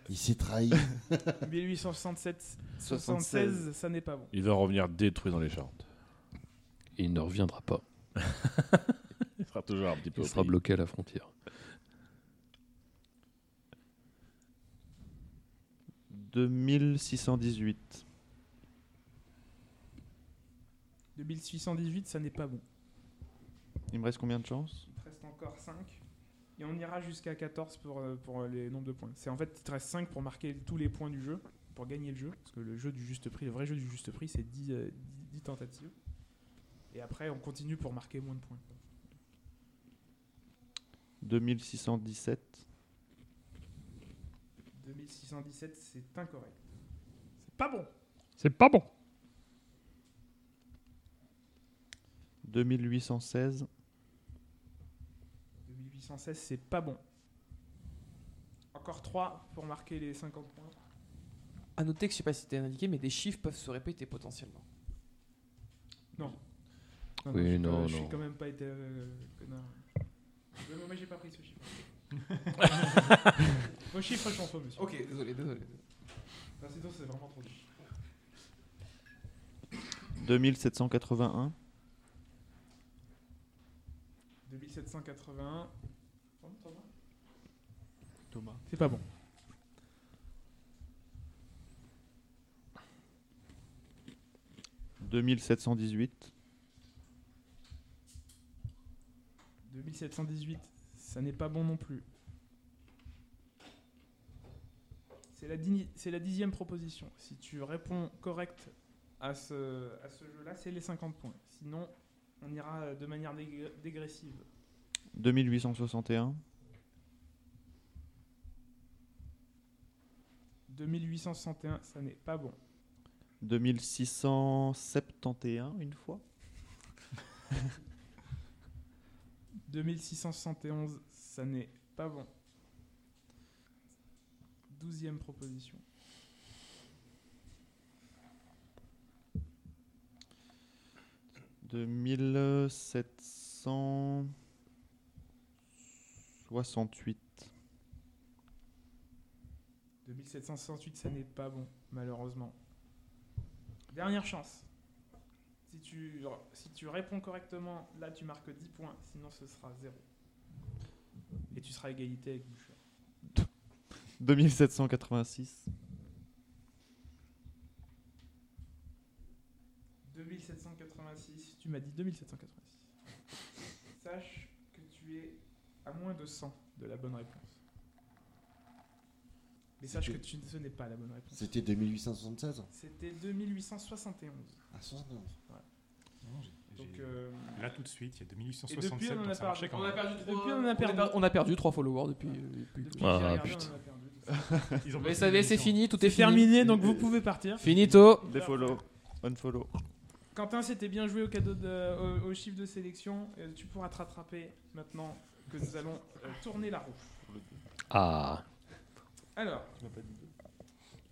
H: Il s'est trahi.
F: 1867,
N: 76.
F: 76, ça n'est pas bon.
D: Il va revenir détruit dans les Charentes.
C: Il ne reviendra pas.
D: (laughs) Il sera toujours un petit peu.
C: Il sera
D: au pays.
C: bloqué à la frontière.
N: 2618.
F: 2618, ça n'est pas bon.
N: Il me reste combien de chances
F: Il te reste encore 5. Et on ira jusqu'à 14 pour, euh, pour euh, les nombres de points. C'est en fait, il te reste 5 pour marquer tous les points du jeu, pour gagner le jeu. Parce que le jeu du juste prix, le vrai jeu du juste prix, c'est 10, euh, 10 10 tentatives. Et après, on continue pour marquer moins de points.
M: 2617.
F: 2617, c'est incorrect. C'est pas bon.
M: C'est pas bon. 2816.
F: 2816, c'est pas bon. Encore 3 pour marquer les 50 points.
B: À noter que je sais pas si c'était indiqué, mais des chiffres peuvent se répéter potentiellement.
F: Non. Non,
K: Oui,
F: je-
K: non,
F: Je suis
K: non.
F: quand même pas été euh, connard. Ouais, mais moi j'ai pas pris ce (laughs) chiffre. Vos chiffres sont faux, monsieur.
B: Ok, désolé, désolé.
F: Non, sinon, c'est vraiment trop dur.
M: 2781.
F: 2781.
M: Thomas.
F: C'est pas bon.
M: 2718.
F: 2718, ça n'est pas bon non plus. C'est la, digni- c'est la dixième proposition. Si tu réponds correct à ce, à ce jeu-là, c'est les 50 points. Sinon, on ira de manière dég- dégressive.
M: 2861.
F: 2861, ça n'est pas bon.
M: 2671 une fois.
F: 2671, ça n'est pas bon. Douzième proposition.
M: 2768.
F: 2768, ça n'est pas bon, malheureusement. Dernière chance. Si tu, si tu réponds correctement, là tu marques 10 points, sinon ce sera 0. Et tu seras à égalité avec Boucher.
M: 2786.
F: 2786, tu m'as dit 2786. (laughs) Sache que tu es à moins de 100 de la bonne réponse. Mais sache que
H: C'était-
F: tu, ce n'est pas la bonne réponse.
H: C'était 2876
F: C'était 2871.
H: Ah, 71.
F: Donc, euh,
I: Là, tout de suite, il y a
F: Et depuis,
I: 2867.
F: on en
I: donc
F: a
I: ça marchait
F: perdu.
I: quand même.
F: Depuis, on en a perdu.
B: On a perdu 3 followers depuis. depuis-
F: Depuis
K: que Ah, j'ai regardé, putain.
F: on en a perdu.
B: Ils ont Vous savez, c'est fini, tout est fini.
F: terminé, donc vous pouvez partir.
B: Finito.
M: Défollow. Unfollow.
F: Quentin, c'était bien joué au cadeau de, au, au chiffre de sélection. Euh, tu pourras te rattraper maintenant que nous allons euh, tourner la roue.
K: Ah.
F: Alors,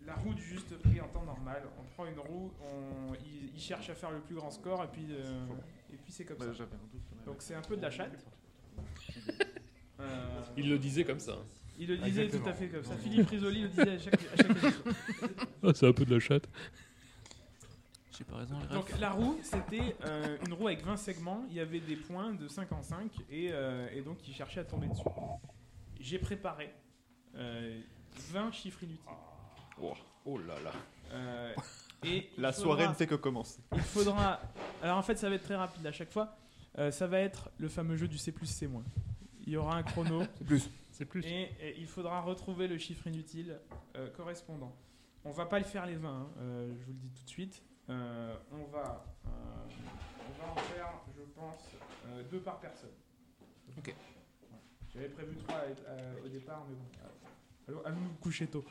F: la roue du juste prix en temps normal. On prend une roue, on, il, il cherche à faire le plus grand score et puis, euh, et puis c'est comme
M: Bah,
F: ça.
M: j'avais un doute, mais-
F: Donc c'est un peu de la chatte. Euh,
K: Il le disait comme ça.
F: Il le disait
K: Exactement.
F: tout à fait comme ça. Philippe Risoli le disait à chaque, à chaque émission.
K: Ah, c'est un peu de la chatte.
J: J'ai pas raison, les
F: Donc
J: refs.
F: la roue, c'était euh, une roue avec 20 segments, il y avait des points de 5 en 5, et, euh, et donc il cherchait à tomber dessus. J'ai préparé euh, 20 chiffres inutiles.
M: Oh, oh là là.
F: Euh, et
M: (laughs)
F: il
M: La
F: faudra-
M: soirée ne fait que commencer.
F: Il faudra... Alors en fait, ça va être très rapide à chaque fois. Euh, ça va être le fameux jeu du C plus C moins. Il y aura un chrono.
B: C'est plus.
F: C'est plus. Et, et il faudra retrouver le chiffre inutile euh, correspondant. On va pas le faire les 20, hein, euh, je vous le dis tout de suite. Euh, on, va, euh, on va en faire, je pense, euh, deux par personne.
B: Ok.
F: J'avais prévu trois à- à- au départ, mais bon. Ah. Allons- Allons nous coucher tôt.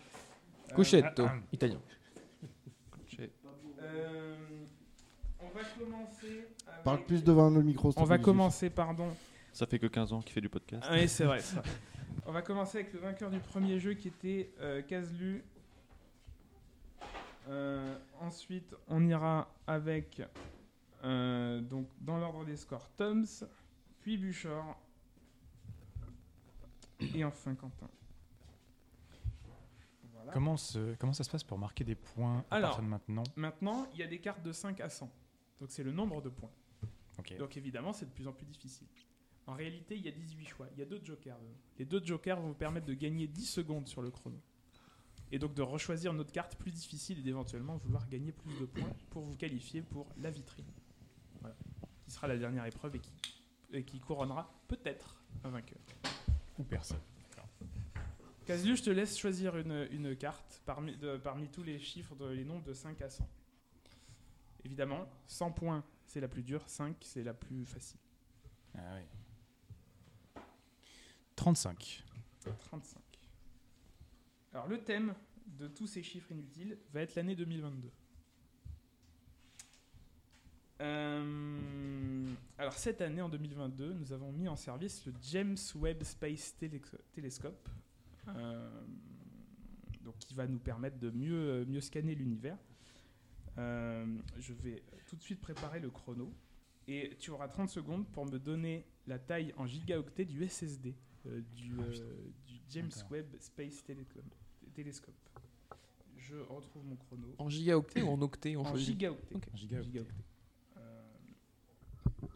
F: Euh,
B: Couchetto, italien.
F: euh, on va commencer avec...
H: Parle plus devant le micro. s'il
F: On
H: te
F: va
H: plaît,
F: commencer, pardon.
M: Ça fait que 15 ans qu'il fait du podcast.
F: Ah oui,
M: (laughs)
F: c'est vrai, c'est vrai. On va commencer avec le vainqueur du premier jeu qui était euh, Kazlu. Euh, ensuite, on ira avec, euh, donc dans l'ordre des scores, Toms, puis Buchor, et enfin Quentin. Voilà.
I: Comment, se- comment ça se passe pour marquer des points à
F: Alors,
I: partir de maintenant
F: Maintenant, il y a des cartes de 5 à 100. Donc c'est le nombre de points.
I: Ok.
F: Donc évidemment, c'est de plus en plus difficile. En réalité, il y a 18 choix. Il y a deux jokers. dedans. Les deux jokers vont vous permettre de gagner 10 secondes sur le chrono. Et donc de rechoisir une autre carte plus difficile et d'éventuellement vouloir gagner plus de points pour vous qualifier pour la vitrine. Voilà. Qui sera la dernière épreuve et qui, et qui couronnera peut-être un vainqueur.
I: Ou personne.
F: Caslu, je te laisse choisir une, une carte parmi, de- parmi tous les chiffres, de- les nombres de 5 à 100. Évidemment, 100 points, c'est la plus dure, 5, c'est la plus facile.
I: Ah oui. 35.
F: 35. Alors le thème de tous ces chiffres inutiles va être l'année 2022. Euh, alors cette année, en 2022, nous avons mis en service le James Webb Space Tele- Telescope, euh, donc qui va nous permettre de mieux, euh, mieux scanner l'univers. Euh, je vais tout de suite préparer le chrono. Et tu auras 30 secondes pour me donner la taille en gigaoctets du SSD, euh, du, euh, du James Webb Space Telecom- Telescope. Je retrouve mon chrono.
B: En gigaoctets ou en octets, on
F: En
B: choisit
F: gigaoctets.
B: Ok.
F: En gigaoctets. Euh,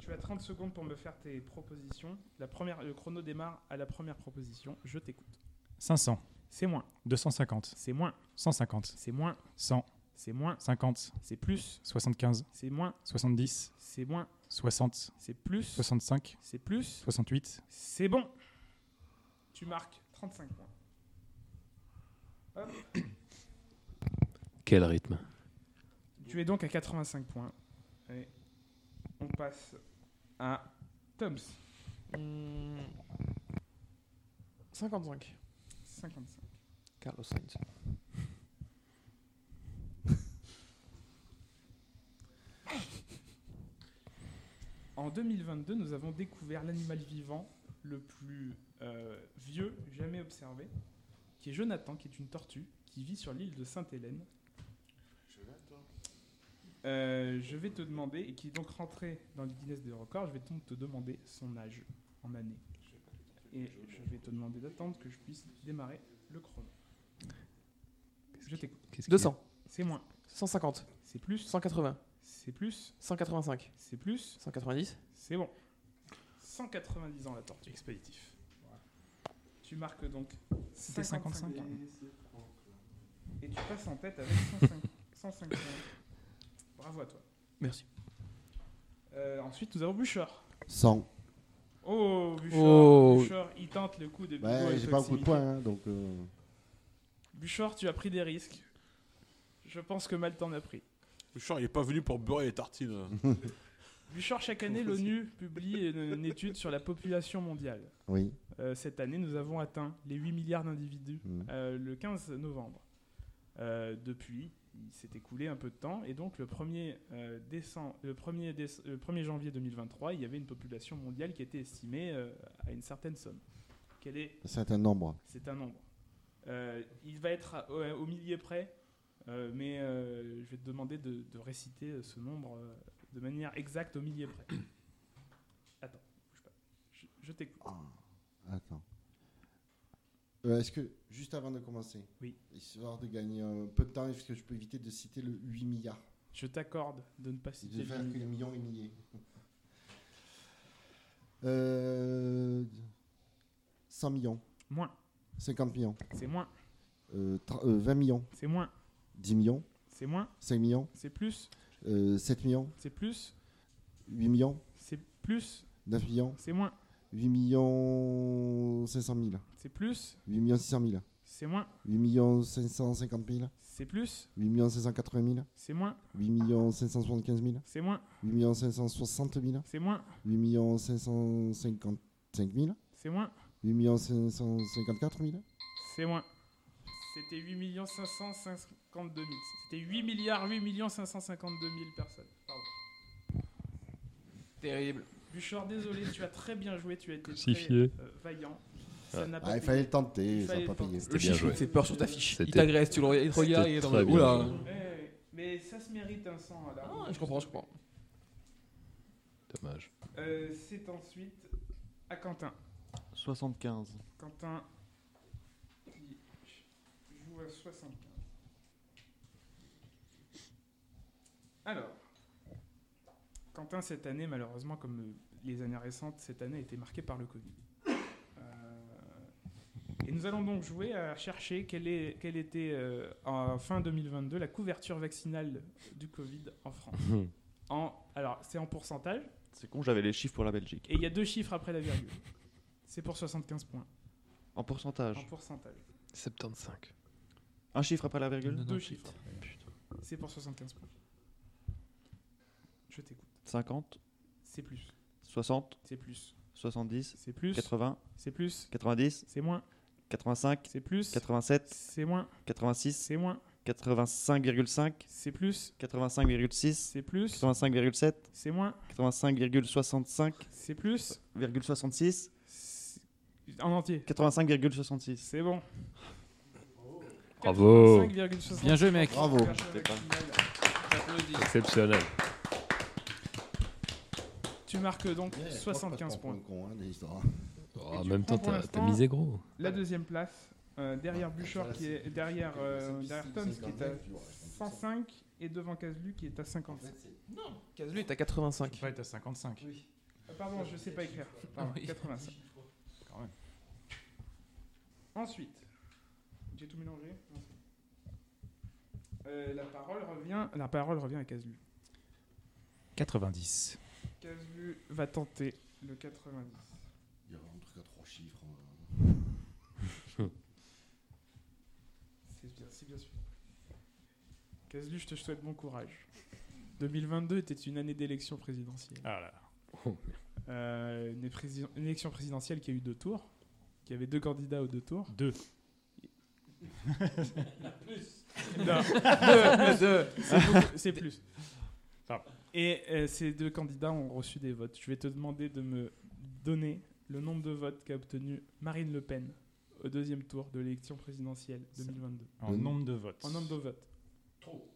F: tu as 30 secondes pour me faire tes propositions. La première, le chrono démarre à la première proposition. Je t'écoute.
I: 500.
F: C'est moins.
I: 250.
F: C'est moins.
I: 150.
F: C'est moins.
I: 100.
F: C'est moins.
I: 50.
F: C'est plus.
I: 75.
F: C'est moins.
I: 70.
F: C'est moins.
I: 60.
F: C'est plus.
I: 65.
F: C'est plus.
I: 68.
F: C'est bon. Tu marques 35 points. Hop.
K: Quel rythme
F: Tu es donc à 85 points. Allez. On passe à Toms.
B: 55.
F: 55.
B: Carlos Sainz.
F: En 2022, nous avons découvert l'animal vivant le plus euh, vieux jamais observé, qui est Jonathan, qui est une tortue qui vit sur l'île de Sainte-Hélène. Euh, je vais te demander, et qui est donc rentré dans le Guinness des records, je vais donc te demander son âge en année. Et je vais te demander d'attendre que je puisse démarrer le chrono. Je t'écoute.
B: 200.
F: C'est moins.
B: 150.
F: C'est plus.
B: 180.
F: C'est plus.
B: 185.
F: C'est plus.
B: 190.
F: C'est bon. 190 ans la tortue. Expéditif. Tu marques donc
I: C'était
F: 55.
I: 55,
F: Et tu passes en tête avec 105 (laughs) 105 points. Bravo à toi.
B: Merci.
F: Euh, ensuite, nous avons Bouchard.
H: 100.
F: Oh, Bouchard,
H: Oh.
F: Bouchard, il tente le coup de Bigot
H: Ouais,
F: et
H: j'ai pas beaucoup de
F: proximité.
H: points, hein, donc. euh,
F: Bouchard, tu as pris des risques. Je pense que mal t'en a pris.
C: Bouchard, il est pas venu pour beurrer les tartines.
F: Bouchard, chaque année, l'ONU publie une, une étude sur la population mondiale.
H: Oui.
F: Euh, cette année, nous avons atteint les 8 milliards d'individus
H: Mm.
F: euh, le 15 novembre. Euh, depuis, il s'est écoulé un peu de temps, et donc le 1er, euh, décembre, le 1er, déce- le 1er janvier 2023, il y avait une population mondiale qui était estimée euh, à une certaine somme. Quelle est
H: Un certain nombre.
F: C'est un nombre. Euh, il va être à- au, au millier près, euh, mais euh, je vais te demander de, de réciter ce nombre euh, de manière exacte au millier près. (coughs) Attends, bouge pas. Je, je t'écoute.
H: Ah. Attends. Euh, Est-ce que, juste avant de commencer,
F: Oui.
H: histoire de gagner un peu de temps, est-ce que je peux éviter de citer le 8 milliards
F: Je t'accorde de ne pas citer
H: De faire que
F: milliers.
H: les millions et milliers. (laughs) Euh, 100 millions.
F: Moins.
H: 50 millions.
F: C'est moins.
H: Euh, tra- euh, 20 millions.
F: C'est moins.
H: 10 millions.
F: C'est moins.
H: 5 millions.
F: C'est plus.
H: Euh, 7 millions.
F: C'est plus.
H: 8 millions.
F: C'est plus.
H: 9 millions.
F: C'est moins.
H: 8 millions 500 000.
F: C'est plus.
H: 8 millions 600 000.
F: C'est moins.
H: 8 millions 550 000.
F: C'est plus.
H: 8 millions 580 000.
F: C'est moins.
H: 8 millions 575 000.
F: C'est moins.
H: 8 millions 560 000.
F: C'est moins.
H: 8 millions 555 000.
F: C'est moins.
H: 8 millions 554 000.
F: C'est moins. C'était 8 552 000. C'était 8 milliards 8 552 000 personnes. Pardon.
B: Terrible.
F: Bouchard, désolé, tu as très bien joué, tu as été
H: Crucifié.
F: très euh, vaillant. Ça
H: Ah.
F: n'a
H: Ah,
F: pas
H: il fallait
F: payé.
H: le tenter,
F: Il
H: ça
F: fallait
H: n'a pas
F: le
H: payé.
F: tenter.
B: Le
H: bien
B: chiffre,
H: joué.
B: il te fait peur sur ta fiche. Il
K: C'était-
B: t'agresse, tu le regardes, il te regarde,
K: c'était
B: il est dans
K: très
B: le.
K: bien
B: Oula.
K: joué.
F: Ouais, ouais. Eh, Mais ça se mérite un sang à la
B: Ah, Je comprends, je comprends.
K: Dommage.
F: Euh, C'est ensuite à Quentin.
M: 75.
F: Quentin qui joue à 75. Alors, Quentin, cette année, malheureusement, comme euh, les années récentes, cette année a été marquée par le Covid. Euh, et nous allons donc jouer à chercher quelle, est, quelle était, euh, en fin 2022, la couverture vaccinale du Covid en France. en, alors, c'est en pourcentage.
M: C'est con, j'avais les chiffres pour la Belgique.
F: Et il y a deux chiffres après la virgule. C'est pour 75 points.
M: En pourcentage.
F: En pourcentage.
K: 75.
M: Un chiffre après la virgule
F: Deux chiffres. après. C'est pour 75 points. Je t'écoute.
M: 50,
F: C'est plus.
M: 60,
F: C'est plus.
M: 70.
F: C'est plus.
M: 80.
F: C'est plus.
M: 90.
F: C'est moins.
M: 85.
F: C'est plus.
M: 87.
F: C'est moins.
M: 86.
F: C'est moins.
M: 85,5.
F: C'est plus.
M: 85,6.
F: C'est plus.
M: 85,7.
F: C'est moins.
M: 85,65.
F: C'est plus.
M: 0,66.
F: En entier.
M: 85,66.
F: C'est bon.
K: Bravo.
F: 85,60.
K: Bien joué, mec.
F: Bravo.
K: Exceptionnel.
F: Tu marques donc
H: Ouais, je crois pas que
F: 75
H: je
F: points.
H: prends pour un con, hein, des histoires.
K: Oh, en
F: Tu
K: même temps,
F: prends pour
K: t'as
F: l'instant
K: t'as misé gros.
F: La deuxième place, euh, derrière Bouchard qui est derrière, euh,
H: c'est-
F: derrière
H: c'est-
F: Toms
H: c'est
F: qui est à
H: normal, tu vois, je
F: 105 et devant Caselu qui est à 57. Non,
B: Caselu est à 85.
I: Ouais, t'as 55.
F: Euh, Pardon, je sais pas écrire. Pardon, 85.
I: Quand même.
F: Ensuite, j'ai tout mélangé. Euh, la parole revient, la parole revient à Caselu.
I: 90.
F: Caselu va tenter le 90.
H: Il y a un truc à trois chiffres. hein.
F: (laughs) C'est bien, c'est bien sûr. Caselu, je te souhaite bon courage. 2022 était une année d'élection présidentielle.
I: Ah là.
F: Euh, une, prési- une élection présidentielle qui a eu deux tours, qui avait deux candidats aux deux tours. (laughs)
I: Deux.
F: Non, (laughs) deux, deux. C'est beaucoup- C'est plus.
I: Pardon.
F: Et euh, ces deux candidats ont reçu des votes. Je vais te demander de me donner le nombre de votes qu'a obtenu Marine Le Pen au deuxième tour de l'élection présidentielle 2022.
I: En Donne- nombre de votes.
F: Mmh. En nombre de votes. Trop.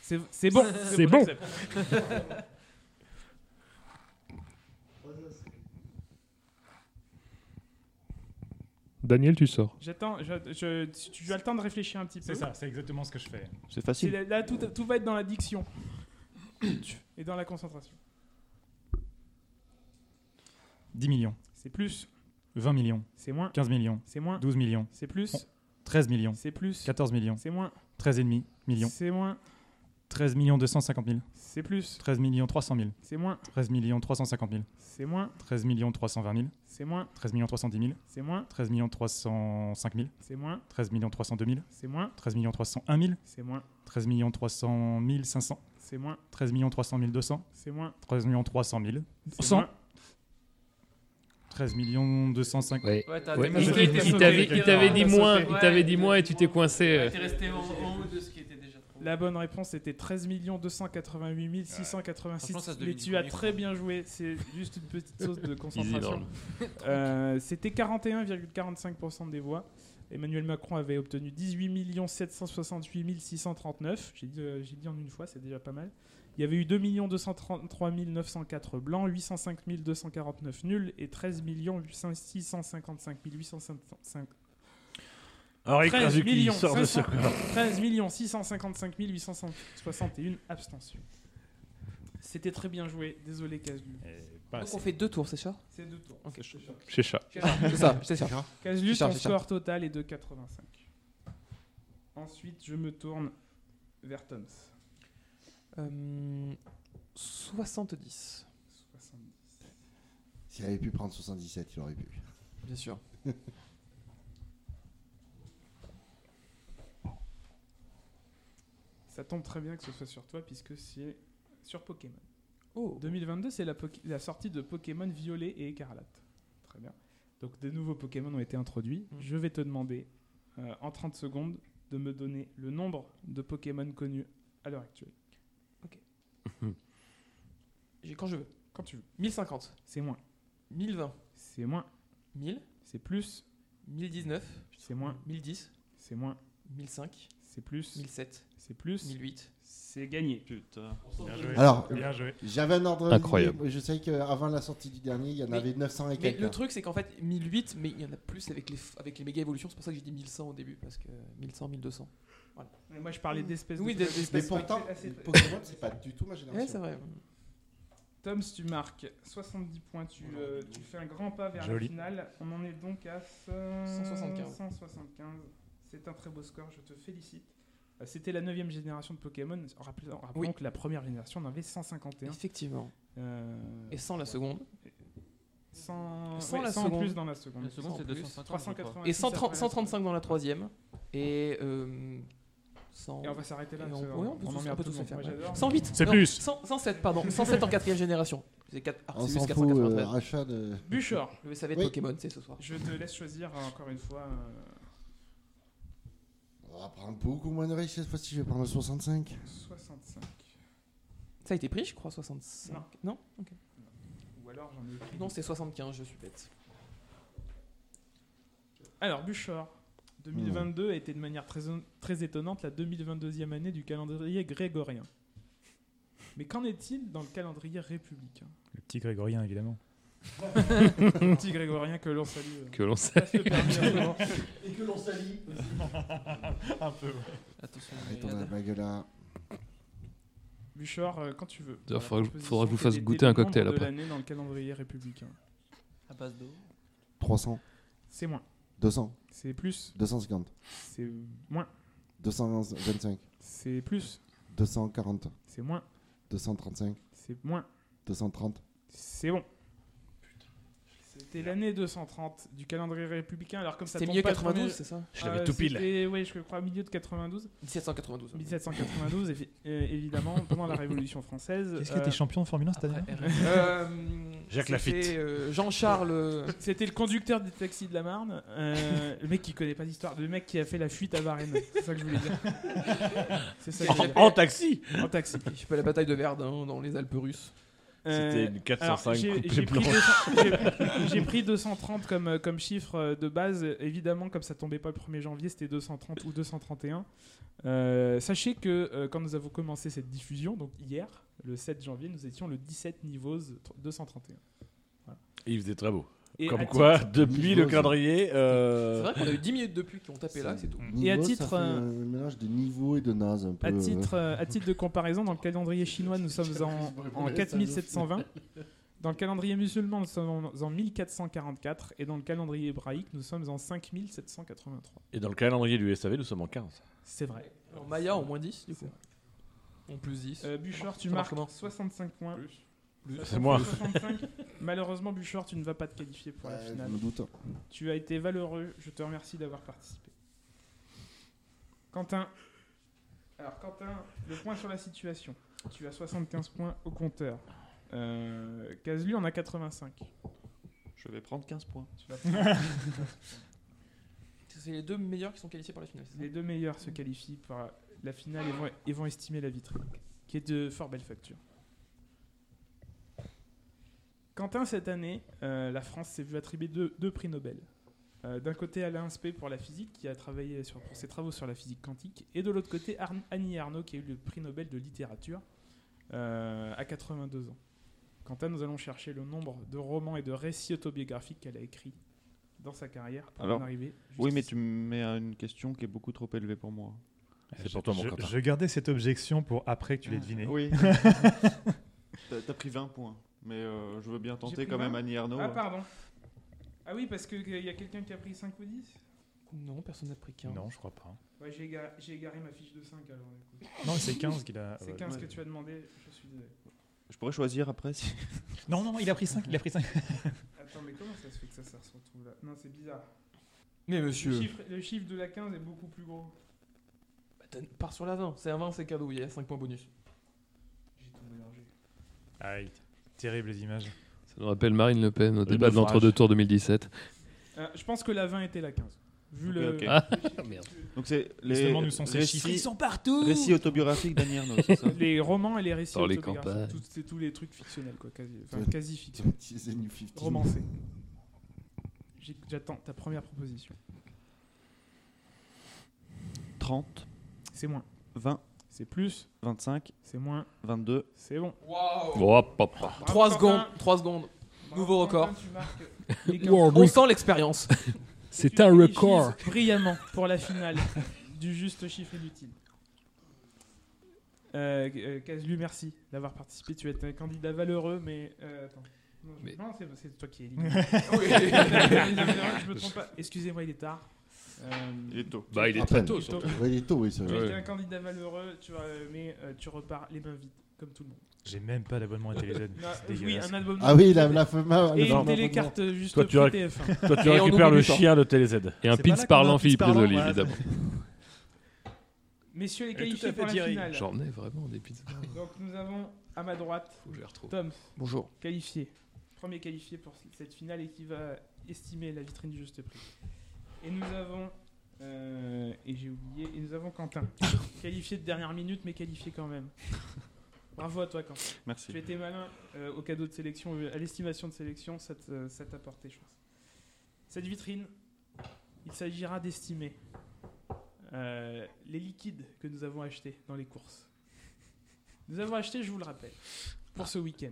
F: C'est c'est bon.
I: C'est bon.
F: j'accepte.
K: Daniel, tu sors.
F: J'attends, je- je- tu- tu as le temps de réfléchir un petit peu.
I: C'est ça, c'est exactement ce que je fais.
M: C'est facile.
F: C'est- Là, tout, tout va être dans la diction et dans la concentration.
I: 10 millions.
F: C'est plus.
I: 20 millions.
F: C'est moins.
I: 15 millions.
F: C'est moins.
I: 12 millions.
F: C'est plus.
I: On- 13 millions.
F: C'est plus.
I: 14 millions.
F: C'est moins.
I: 13,5 millions.
F: C'est moins.
I: 13 millions 250 000.
F: C'est plus.
I: 13 millions 300 000.
F: C'est moins.
I: 13 millions 350 000.
F: C'est moins.
I: 13 millions 320 000.
F: C'est moins.
I: 13 millions 310 000.
F: C'est moins.
I: 13 millions 305 000.
F: C'est moins.
I: 13 millions 302 000.
F: C'est moins.
I: 13 millions 301 000.
F: C'est moins.
I: 13 millions 300 000 500.
F: C'est moins.
I: 13 millions 300 000 200.
F: C'est moins.
I: 13 millions 300 000.
F: C'est
I: 100.
F: moins.
I: 13 millions 205
K: Ouais.
I: Ouais,
K: Ouais, il- il- Il t'avait il t'avait dit moins, il t'avait dit moins et tu t'es coincé. euh.
F: La bonne réponse était 13 288 686.
J: Franchement, ça se
F: mais
J: devine du
F: tu as
J: premier,
F: très bien joué. C'est juste une petite sauce de concentration.
J: énorme.
F: Euh, C'était 41,45% des voix. Emmanuel Macron avait obtenu 18 768 639. J'ai dit, euh, j'ai dit en une fois, c'est déjà pas mal. Il y avait eu 2 233 904 blancs, 805 249 nuls et 13 655 855
L: Henri
F: 13
L: Krasuki
F: millions,
L: sort de ce
F: 500
L: corps.
F: 13 millions 655 861 abstentions. C'était très bien joué, désolé Caslu.
L: Eh,
B: Donc on fait deux tours, c'est
F: (laughs)
B: ça
F: C'est deux tours.
B: Ok.
K: C'est ça.
B: C'est
F: (laughs)
B: ça, c'est ça.
F: Caslu,
B: C'est ça,
F: ton
B: c'est ça.
F: score total est de 85. Ensuite, je me tourne vers Toms.
B: Euh, 70.
F: 70.
H: S'il avait pu prendre 77, il aurait pu.
B: Bien sûr.
F: Ça tombe très bien que ce soit sur toi puisque c'est sur Pokémon.
B: Oh.
F: 2022, c'est la, Poké- la sortie de Pokémon Violet et Écarlate. Très bien. Donc de nouveaux Pokémon ont été introduits.
B: Mm.
F: Je vais te demander euh, en 30 secondes de me donner le nombre de Pokémon connus à l'heure actuelle.
B: J'ai quand je veux.
F: Quand tu veux.
B: 1050.
F: C'est moins.
B: 1020.
F: C'est moins.
B: 1000.
F: C'est plus.
B: 1019.
F: C'est moins.
B: 1010.
F: C'est moins.
B: 1005.
F: C'est plus.
B: 1007.
F: C'est plus.
B: 1008.
F: C'est gagné.
M: Putain.
L: Ah,
H: Alors,
I: Bien joué.
H: j'avais un ordre. d'idée,
K: Incroyable.
H: mais Je sais qu'avant la sortie du dernier, il y en
B: Mais-
H: avait 900 et
B: Mais
H: quelques.
B: le truc, c'est qu'en fait, 1008, mais il y en a plus avec les, f- avec les méga évolutions. C'est pour ça que j'ai dit 1100 au début, parce que 1100, 1200. Voilà.
F: Mais moi, je parlais d'espèces
B: Oui,
F: de
B: des-
F: Pokémon.
H: Mais
B: d'espèces.
H: pourtant,
F: c'est- c'est-
H: Pokémon, c'est pas du tout ma génération.
B: Ouais, c'est vrai.
F: Toms, tu marques 70 points. Tu,
B: Oh
F: euh, tu fais un grand pas vers
I: Joli.
F: la finale. On en est donc à ce-
B: 175.
F: 175. C'est un très beau score. Je te félicite. Euh, C'était la 9 génération de Pokémon. En rappelant, en rappelant
B: Oui.
F: que la première génération en avait 151.
B: Effectivement.
F: Euh,
B: Et sans la seconde.
F: Sans,
B: Sans
F: ouais,
B: la
F: sans
B: seconde.
F: plus dans la seconde.
J: La seconde,
F: Sans
J: c'est
F: plus.
J: 250, je crois.
F: 386
B: Et 130
F: après la
B: 135 dans la troisième. Et. euh, 100
F: Et on va s'arrêter là,
B: Et on,
F: parce que
B: ouais, on peut
F: on en
B: tous,
F: met
B: on
F: un
B: peut tous
F: peu de
B: les
F: monde.
B: faire.
F: Moi,
B: ouais.
F: j'adore.
B: 108.
I: C'est
B: non,
I: plus.
B: 100 107, pardon. 107 en quatrième génération. C'est 4
F: Ah,
H: On
B: Arceus
H: s'en fout, euh,
B: 493.
H: rachat de.
F: Bûcheur.
B: Le SAV de
F: Oui.
B: Pokémon, c'est ce soir.
F: Je te laisse choisir euh, encore une fois. euh,
H: On va prendre beaucoup moins de riches cette fois-ci, je vais prendre le 65.
F: 65.
B: Ça a été pris, je crois, 65.
F: Non.
B: Non Ok.
F: Ou alors j'en ai écrit.
B: Non, c'est 75, je suis bête.
F: Alors, Bouchard, 2022
G: Hmm.
F: a été de manière très, très étonnante la 2022e année du calendrier grégorien. Mais qu'en est-il dans le
G: (laughs)
F: calendrier républicain
I: Le petit Grégorien, évidemment.
F: Petit grégorien que l'on salue. euh,
I: Que l'on
F: passe le
I: salue.
F: permis hein, en ce moment.
H: Et que l'on salue
I: Un peu, ouais.
B: Attention,
H: Arrête, on a la blague là.
F: Bouchard, euh, quand tu veux.
G: D'ailleurs, faudra que je-
F: proposition
G: faudra que je vous
F: et
G: fasse
F: des
G: goûter un
F: éléments
G: cocktail
F: de
G: après.
F: l'année dans le calendrier républicain.
J: À base d'eau.
H: 300,
F: C'est moins.
H: 200,
F: C'est plus.
H: 250,
F: C'est moins.
H: 225,
F: C'est plus.
H: 240,
F: C'est moins.
H: 235,
F: C'est moins.
H: 230.
F: C'est bon. C'était l'année 230 du calendrier républicain. Alors comme ça
B: C'était
F: tombe
B: milieu
F: pas
B: 92,
F: trop bien-
B: c'est ça
I: Je l'avais tout pile.
F: Euh, c'était- ouais, je crois milieu de 92.
B: 1792.
F: 1792, évi- euh, évidemment, (laughs) pendant la Révolution française.
I: Qu'est-ce qui était champion de Formule 1 cette année
F: Euh, (laughs)
I: Jacques
F: c'était,
I: Lafitte.
F: euh, Jean-Charles. C'était le conducteur des taxis de la Marne. euh, le mec qui connaît pas l'histoire. Le mec qui a fait la fuite à Varennes. C'est ça que je voulais dire. C'est ça que j'ai- En taxi.
B: Je sais pas la bataille de Verdun dans les Alpes russes.
F: Euh, alors, j'ai-
B: coupée
F: j'ai pris
B: blanche.
F: 200 j'ai- J'ai pris 230 comme, euh, comme chiffre euh, de base. Évidemment, comme ça tombait pas le 1er janvier, c'était 230 ou 231. Euh, sachez que euh, quand nous avons commencé cette diffusion, donc hier, le 7 janvier, nous étions le 17 niveaux 231.
L: Et il faisait très beau.
F: Et
L: Comme
F: à
L: quoi,
F: titre-
L: depuis le
F: Nivose.
L: calendrier. euh,
B: C'est vrai qu'on a eu 10 minutes depuis qui ont tapé là, c'est tout.
F: Et à
H: Niveau,
F: titre,
H: Ça fait
F: euh,
H: un mélange de niveau et de naze un peu.
F: À
H: euh.
F: titre, euh, à titre de comparaison, dans le calendrier chinois, nous sommes en, en 4720. Dans le calendrier musulman, nous sommes en 1444. Et dans le calendrier hébraïque, nous sommes en 5783.
L: Et dans le calendrier du SAV, nous sommes en 15.
F: C'est vrai.
B: Alors Maya en moins 10 du coup. En plus 10.
F: Euh, Bouchard, tu
B: Ça marche
F: marques 65 points.
B: Plus.
L: C'est moi.
F: 65. Malheureusement, Bouchard, tu ne vas pas te qualifier pour la
H: euh, Ouais, je
F: finale.
H: me doute.
F: Tu as été valeureux. Je te remercie d'avoir participé. Quentin. Alors, Quentin, le point sur la situation. Tu as 75 points au compteur. Euh, Caselu en a 85.
J: Je vais prendre 15 points.
F: Tu vas prendre-
B: C'est les deux meilleurs qui sont qualifiés pour la finale. c'est ça
F: Les deux meilleurs se qualifient pour la finale et vont, et vont estimer la vitrine, qui est de fort belle facture. Quentin, cette année, euh, la France s'est vue attribuer deux, deux prix Nobel. Euh, D'un côté, Alain Spey pour la physique, qui a travaillé sur, pour ses travaux sur la physique quantique, et de l'autre côté, Arn- Annie Arnaud, qui a eu le prix Nobel de littérature euh, à 82 ans. Quentin, nous allons chercher le nombre de romans et de récits autobiographiques qu'elle a écrits dans sa carrière pour
M: Alors,
F: en arriver
M: oui, mais tu me mets à une question qui est beaucoup trop élevée pour moi.
L: C'est pour toi, mon
I: Je-
L: Quentin.
I: Je gardais cette objection pour après que tu l'aies deviné.
M: Oui. T'as- T'as pris 20 points, mais euh, je veux bien
F: J'ai
M: tenter
F: pris
M: quand même
F: 20.
M: Annie Arnaud. hein.
F: Ah, pardon. Ah oui, parce qu'il y a quelqu'un qui a pris 5 ou 10
B: Non, personne n'a pris 15.
I: Non, je crois pas.
F: Ouais, j'ai égaré, j'ai égaré ma fiche de 5 alors. écoute.
I: Non, c'est 15 qu'il a- euh,
F: C'est
I: ouais.
F: 15 que
I: Ouais.
F: tu as demandé, je suis désolé.
M: Je pourrais choisir après si.
I: Non, non, non, il a pris 5. Il a pris 5.
F: Attends, mais comment ça se fait que ça, ça se retrouve là Non, c'est bizarre.
B: Mais monsieur.
F: Le chiffre, le chiffre de la 15 est beaucoup plus gros.
B: Part bah, sur la 20. C'est un 20, c'est cadeau. Il y a 5 points bonus.
F: J'ai tout mélangé.
I: Aïe, terribles images.
G: Ça nous rappelle Marine Le Pen au
I: Le
G: débat de
I: naufrage.
G: l'entre-deux tours 2017.
F: Euh, je pense que la 20 était la 15. Vu
M: Ok,
F: le.
M: ok.
G: Ah,
M: merde. Donc c'est
I: Il se
M: les
I: demande où sont ces chiffres. Ils sont
F: partout
M: Récits autobiographiques d'Annie Arnaud, c'est
F: (laughs)
M: ça
F: (laughs) Les romans et les récits
M: Dans les
F: autobiographiques.
M: campagnes.
F: Tout- C'est tous les trucs fictionnels, quoi. Quasi, enfin,
H: Des-
F: quasi
H: des petits Zen
F: fictionnels.
H: 15.
F: Romancés. J'ai- J'attends ta première proposition.
M: 30.
F: C'est moins.
M: 20.
F: C'est plus.
M: 25.
F: C'est moins.
M: 22.
F: C'est bon.
M: Oh, papa.
B: 3 secondes. 3 secondes. Nouveau
F: Bah,
B: record. (laughs) On sent (laughs) l'expérience.
F: C'est un record. Brillamment pour la finale (laughs) du juste chiffre inutile. Euh, euh, Kazlu, merci d'avoir participé. Tu es un candidat valeureux, mais. euh, attends. Non, je- non, c'est- c'est toi qui es (laughs) éliminé. Oui. je me trompe pas. Excusez-moi, il est tard. Euh,
M: Il est tôt.
G: Bah, il est
H: À
G: très
H: peine.
G: tôt, surtout.
H: Ah, Ouais, il est tôt, oui, c'est
F: Tu
H: vrai.
F: es un candidat valeureux, tu vois, euh, mais euh, tu repars les mains vides, comme tout le monde.
I: J'ai même pas d'abonnement à Télézone.
F: Non,
I: C'est
F: euh, oui,
I: dégueulasse.
F: un album.
H: Ah oui, la- la FEMA,
F: Et
H: l'abonnement.
F: une télécarte euh, juste
L: Toi, tu
F: prix
L: ré-
F: TF1.
L: toi, tu
F: Et on
L: récupères
F: oublie
L: le
F: pas.
L: chien de TéléZ.
G: Et un
I: C'est pas là
G: pins
I: qu'on a
G: parlant
I: un pins
G: Philippe
I: parlant,
G: Risoli,
I: voilà,
G: évidemment.
F: Messieurs les
I: Elle est tout
F: qualifiés
I: à fait
F: pour la
I: tirée.
F: finale.
G: J'en ai vraiment des pizzas.
F: (laughs) Donc nous avons À ma droite,
B: Faut que je les retrouve.
F: Tom.
B: Bonjour.
F: Qualifié. Premier qualifié pour c- cette finale et qui va estimer la vitrine du juste prix. Et nous avons. euh, et j'ai oublié. Et nous avons Quentin. qualifié de dernière minute, mais qualifié quand même. Bravo à toi, Quentin.
M: Merci.
F: Tu étais malin euh, au cadeau de sélection, euh, à l'estimation de sélection, ça te- ça t'a porté chance. Cette vitrine, il s'agira d'estimer euh, les liquides que nous avons achetés dans les courses. Nous avons acheté, je vous le rappelle, pour ce week-end.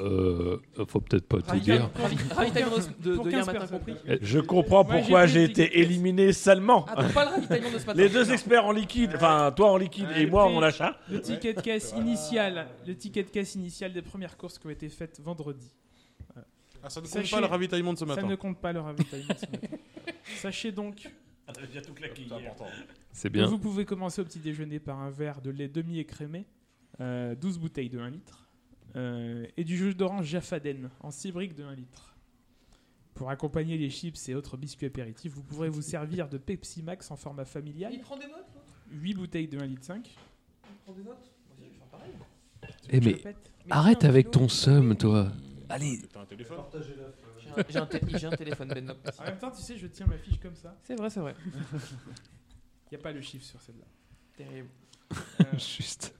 L: Euh, faut peut-être pas tout
F: Ravi-
L: dire.
F: ravi-
B: Ravitaillement de- de-
F: Pour
B: de hier
F: 15
B: matin
F: personnes.
B: compris.
L: Eh, je comprends
F: Moi,
L: pourquoi
F: pris
L: j'ai
F: le ticket.
L: été éliminé salement.
F: Ah, donc pas le ravitaillement de ce matin.
L: Les deux experts en liquide, enfin toi en liquide
F: Ouais,
L: et moi hein.
F: j'ai
L: en
F: pris
L: achat.
F: Le ticket de caisse initial, le ticket de caisse initial des premières courses qui ont été faites vendredi. Voilà.
C: Ah, ça ne compte pas le ravitaillement de ce matin.
F: Ça ne compte pas le ravitaillement de ce matin. Sachez donc.
L: C'est bien.
F: que Vous pouvez commencer au petit déjeuner par un verre de lait demi-écrémé, euh, 12 bouteilles de 1 litre, euh, et du jus d'orange Jaffaden en 6 briques de 1 litre. Pour accompagner les chips et autres biscuits apéritifs, vous pourrez vous servir de Pepsi Max en format familial,
B: Il prend des notes, l'autre
F: 8 bouteilles de 1 litre 5.
B: Il prend des notes Moi aussi, je vais faire pareil.
G: Eh mais arrête avec ton seum, toi. Allez.
C: T'as un téléphone
B: J'ai un- J'ai un, tél- j'ai un téléphone, Ben Nob.
F: En même temps, tu sais, je tiens ma fiche comme ça.
B: C'est vrai, c'est vrai.
F: Il n'y a pas le chiffre sur celle-là. Euh,
B: Terrible.
L: Juste.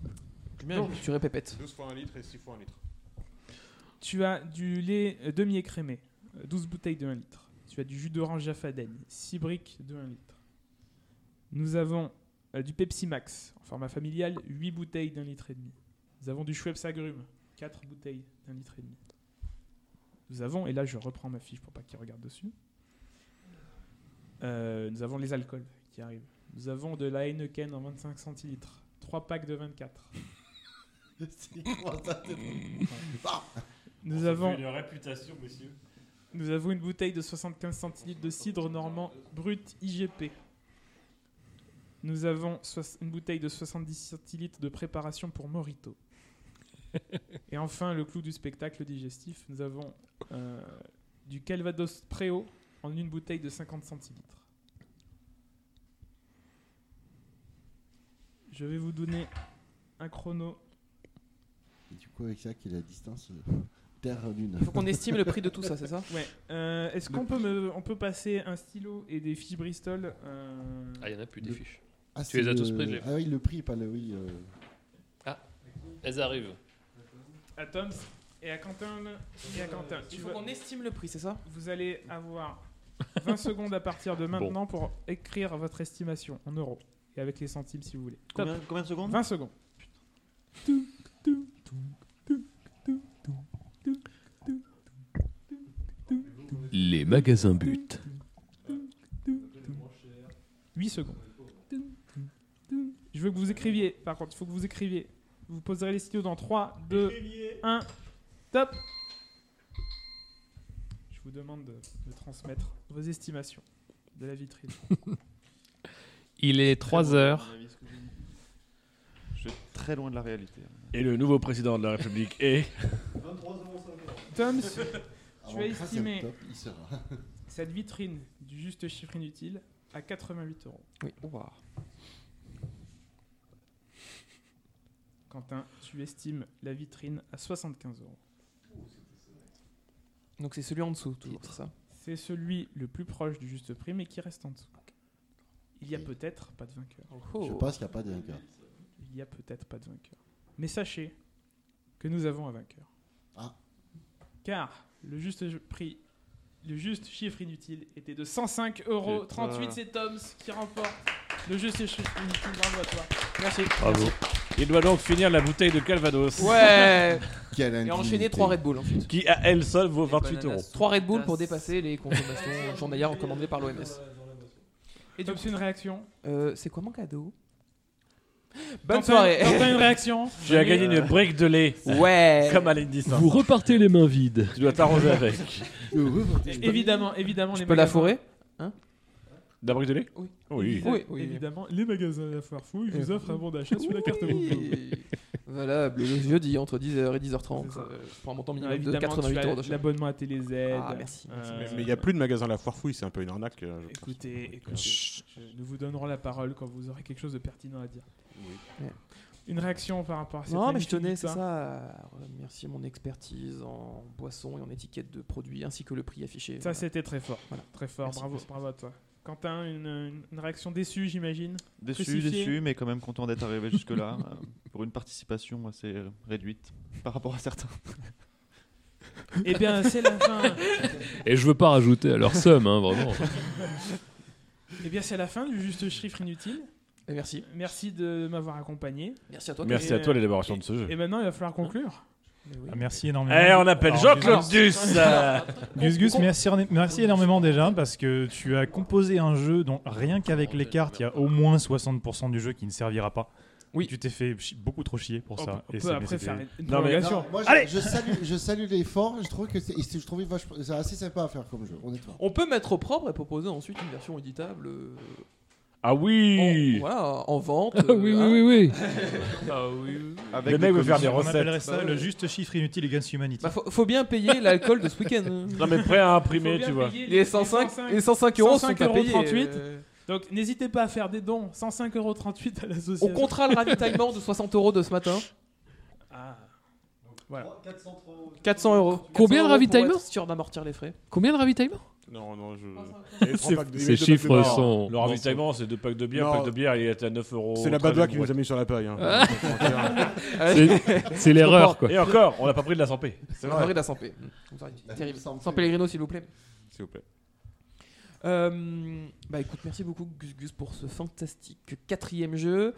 B: Combien tu répètes
C: 12 fois 1 litre et 6 fois 1 litre.
F: Tu as du lait euh, demi-écrémé, euh, 12 bouteilles de 1 litre. Tu as du jus d'orange Jaffaden, 6 briques de 1 litre. Nous avons euh, du Pepsi Max, en format familial, 8 bouteilles d'un litre et demi. Nous avons du Schweppes Agrumes, 4 bouteilles d'un litre et demi. Nous avons, et là je reprends ma fiche pour pas qu'il regarde dessus, Euh, nous avons les alcools qui arrivent. Nous avons de la Heineken en 25 centilitres, 3 packs de 24.
H: (laughs) Ah.
F: Nous avons
I: une réputation, monsieur.
F: nous avons une bouteille de 75 centilitres de cidre normand brut IGP. Nous avons soix- une bouteille de 70 centilitres de préparation pour Morito. Et enfin, le clou du spectacle digestif, nous avons euh, du Calvados Préau en une bouteille de 50 centilitres. Je vais vous donner un chrono.
H: Et Du coup, avec ça, qui est la distance euh, Terre-Lune.
B: Faut qu'on estime le prix de tout ça, c'est ça
F: Ouais. Euh, Est-ce qu'on peut, me- on peut passer un stylo et des fiches Bristol euh,
G: Ah, il n'y en a plus des fiches.
H: Ah,
G: tu les as
H: c'est
G: tous
H: le-
G: prises, les
H: Ah oui, le prix, pas le. Oui, euh,
G: Ah, elles arrivent.
F: à Tom et à Quentin et à Quentin.
B: Il faut qu'on estime le prix, c'est ça
F: Vous allez avoir
B: (laughs)
F: 20 secondes à partir de maintenant pour écrire votre estimation en euros et avec les centimes si vous voulez. Top.
M: Combien, combien de secondes
F: 20 secondes.
G: Les magasins but.
F: 8 secondes. Je veux que vous écriviez, par contre, il faut que vous écriviez. Vous poserez les stylos dans 3, 2, 1, top Je vous demande de, de transmettre vos estimations de la vitrine.
G: Il est 3 heures.
M: Je suis très loin de la réalité.
L: Et le nouveau président de la République est.
F: Tom,
H: Avant
F: tu as
H: le 13
F: estimé
H: octobre, il sera.
F: cette vitrine du juste chiffre inutile à 88 euros.
B: Oui, Oh, on va.
F: Quentin, tu estimes la vitrine à 75 euros.
B: Donc c'est celui en dessous, toujours, c'est ça
F: C'est celui le plus proche du juste prix, mais qui reste en dessous. Il y a peut-être pas de vainqueur.
B: Oh.
H: Je pense qu'il n'y a pas de vainqueur.
F: Il y a peut-être pas de vainqueur. Mais sachez que nous avons un vainqueur.
H: Ah.
F: Car le juste prix, le juste chiffre inutile était de 105 euros. 38, c'est Toms qui remporte le juste chiffre inutile. Bravo à toi. Merci.
L: (laughs) Bravo. Il doit donc finir la bouteille de Calvados.
B: Ouais
H: Quelle
B: Et
H: indignité.
B: enchaîner 3 Red Bull ensuite.
L: Qui à elle seule vaut 28 euros.
B: 3 Red Bull pour dépasser les
F: (laughs)
B: consommations journalières recommandées par l'OMS.
F: Et donc, c'est une réaction.
B: Euh, c'est quoi mon cadeau Bonne
F: Quentin,
B: soirée
F: Quentin,
B: (laughs)
F: une réaction.
L: Tu as gagné une brique de lait.
B: Ouais
L: Comme à l'Indissin.
G: Vous repartez les mains vides.
L: Tu dois t'arranger avec.
F: Évidemment, évidemment,
B: Je
F: les
B: peux la
F: magasins-
B: forer
L: La brique de lait
B: Oui.
L: Oui.
B: Oui, oui.
F: Évidemment, les magasins de la foire fouille vous offrent un bon d'achat sur la carte bleue.
B: Valable le jeudi entre 10h et 10h30
F: C'est ça.
B: euh, pour un montant
F: Non,
B: minimum de
F: Évidemment,
B: 88
F: tu as
B: euros de
F: l'abonnement à Télé Z. Euh,
B: Ah, merci, merci,
C: Mais il n'y a plus de magasin à la foire fouille, c'est un peu une arnaque. euh, je pense.
F: Écoutez, écoutez, je- nous vous donnerons la parole quand vous aurez quelque chose de pertinent à dire.
B: Ouais.
F: Une réaction par rapport à cette
B: Non, mais je
F: magnifique
B: tenais, c'est
F: victoire.
B: ça, à remercier mon expertise en boissons et en étiquettes de produits, ainsi que le prix affiché.
F: Ça, c'était très fort. Très fort,
B: Merci,
F: bravo,
B: merci.
F: bravo à toi. Quentin, une, une- une réaction déçue, j'imagine
M: Déçu,
F: Crucifié
M: déçu, mais quand même content d'être arrivé jusque-là (laughs) euh, pour une participation assez euh, réduite par rapport à certains. (laughs)
F: Eh bien, c'est la fin.
G: Et je veux pas rajouter à leur somme, hein, vraiment.
F: Eh bien, c'est la fin du Juste Chiffre Inutile.
B: merci.
F: Merci de m'avoir accompagné.
B: Merci à
L: toi, euh, Merci Camille. à toi de l'élaboration de ce jeu.
F: Et maintenant, il va falloir conclure.
I: Ah, merci énormément.
L: Eh, on appelle Jean-Claude
I: Gus
L: Gus.
I: (laughs) Gus Gus, merci, en- merci énormément déjà parce que tu as composé un jeu dont rien qu'avec les cartes, il y a au moins 60% du jeu qui ne servira pas.
B: Oui.
I: Tu t'es fait chi- beaucoup trop chier pour
F: On
I: ça.
F: peut- on
I: et
F: peut
I: c'est-
F: après
I: mais c'était-
F: faire une
I: Non, mais-
H: Non, moi, je,
I: Allez
H: je salue, je salue l'effort. Je trouve que c'est et c'est- je trouvais vachement- c'est assez sympa à faire comme jeu, honnêtement.
B: On peut mettre au propre et proposer ensuite une version éditable. euh,
L: Ah oui
B: Voilà, en (laughs) vente. euh,
L: Ah oui,
I: hein.
L: oui, oui, oui.
B: ah oui, oui.
L: Avec Le mec des veut faire des
I: On
L: recettes.
I: appellerait ça
L: Bah
I: le
L: ouais.
I: juste chiffre inutile against humanity.
B: Bah, faut, faut bien payer l'alcool de ce week-end. hein.
L: Non, mais prêt à imprimer,
F: Faut bien
L: tu vois.
F: payer
B: Les 105 les 105 euros sont à
F: 105,38
B: payer,
L: euh.
F: Donc n'hésitez pas à faire des dons. 105,38 euros à l'association.
B: On comptera le ravitaillement de 60 euros de ce matin.
F: Ah. Voilà.
B: 400 euros.
G: Combien
B: 400
G: de
B: euros
G: ravitaillement
B: pour être sûr d'amortir les frais.
G: Combien de ravitaillement (laughs)
C: Non, non, je.
L: C'est-
G: Ces chiffres sont.
L: Le ravitaillement, c'est deux packs de bière.
C: Non.
L: Un pack de bière, il est à 9 euros.
C: C'est la
L: Très
C: badoie
L: bonne
C: qui nous a
L: boîte.
C: mis sur la paille. hein.
L: Ah.
G: (laughs)
B: Ah
G: C'est- c'est l'erreur, quoi.
L: Et encore, on n'a pas pris de la 100p.
B: C'est vrai. de la santé. Terrible. Sans Pellegrino, s'il vous plaît.
C: S'il vous plaît.
B: Euh, bah écoute, merci beaucoup Gus Gus pour ce fantastique quatrième jeu.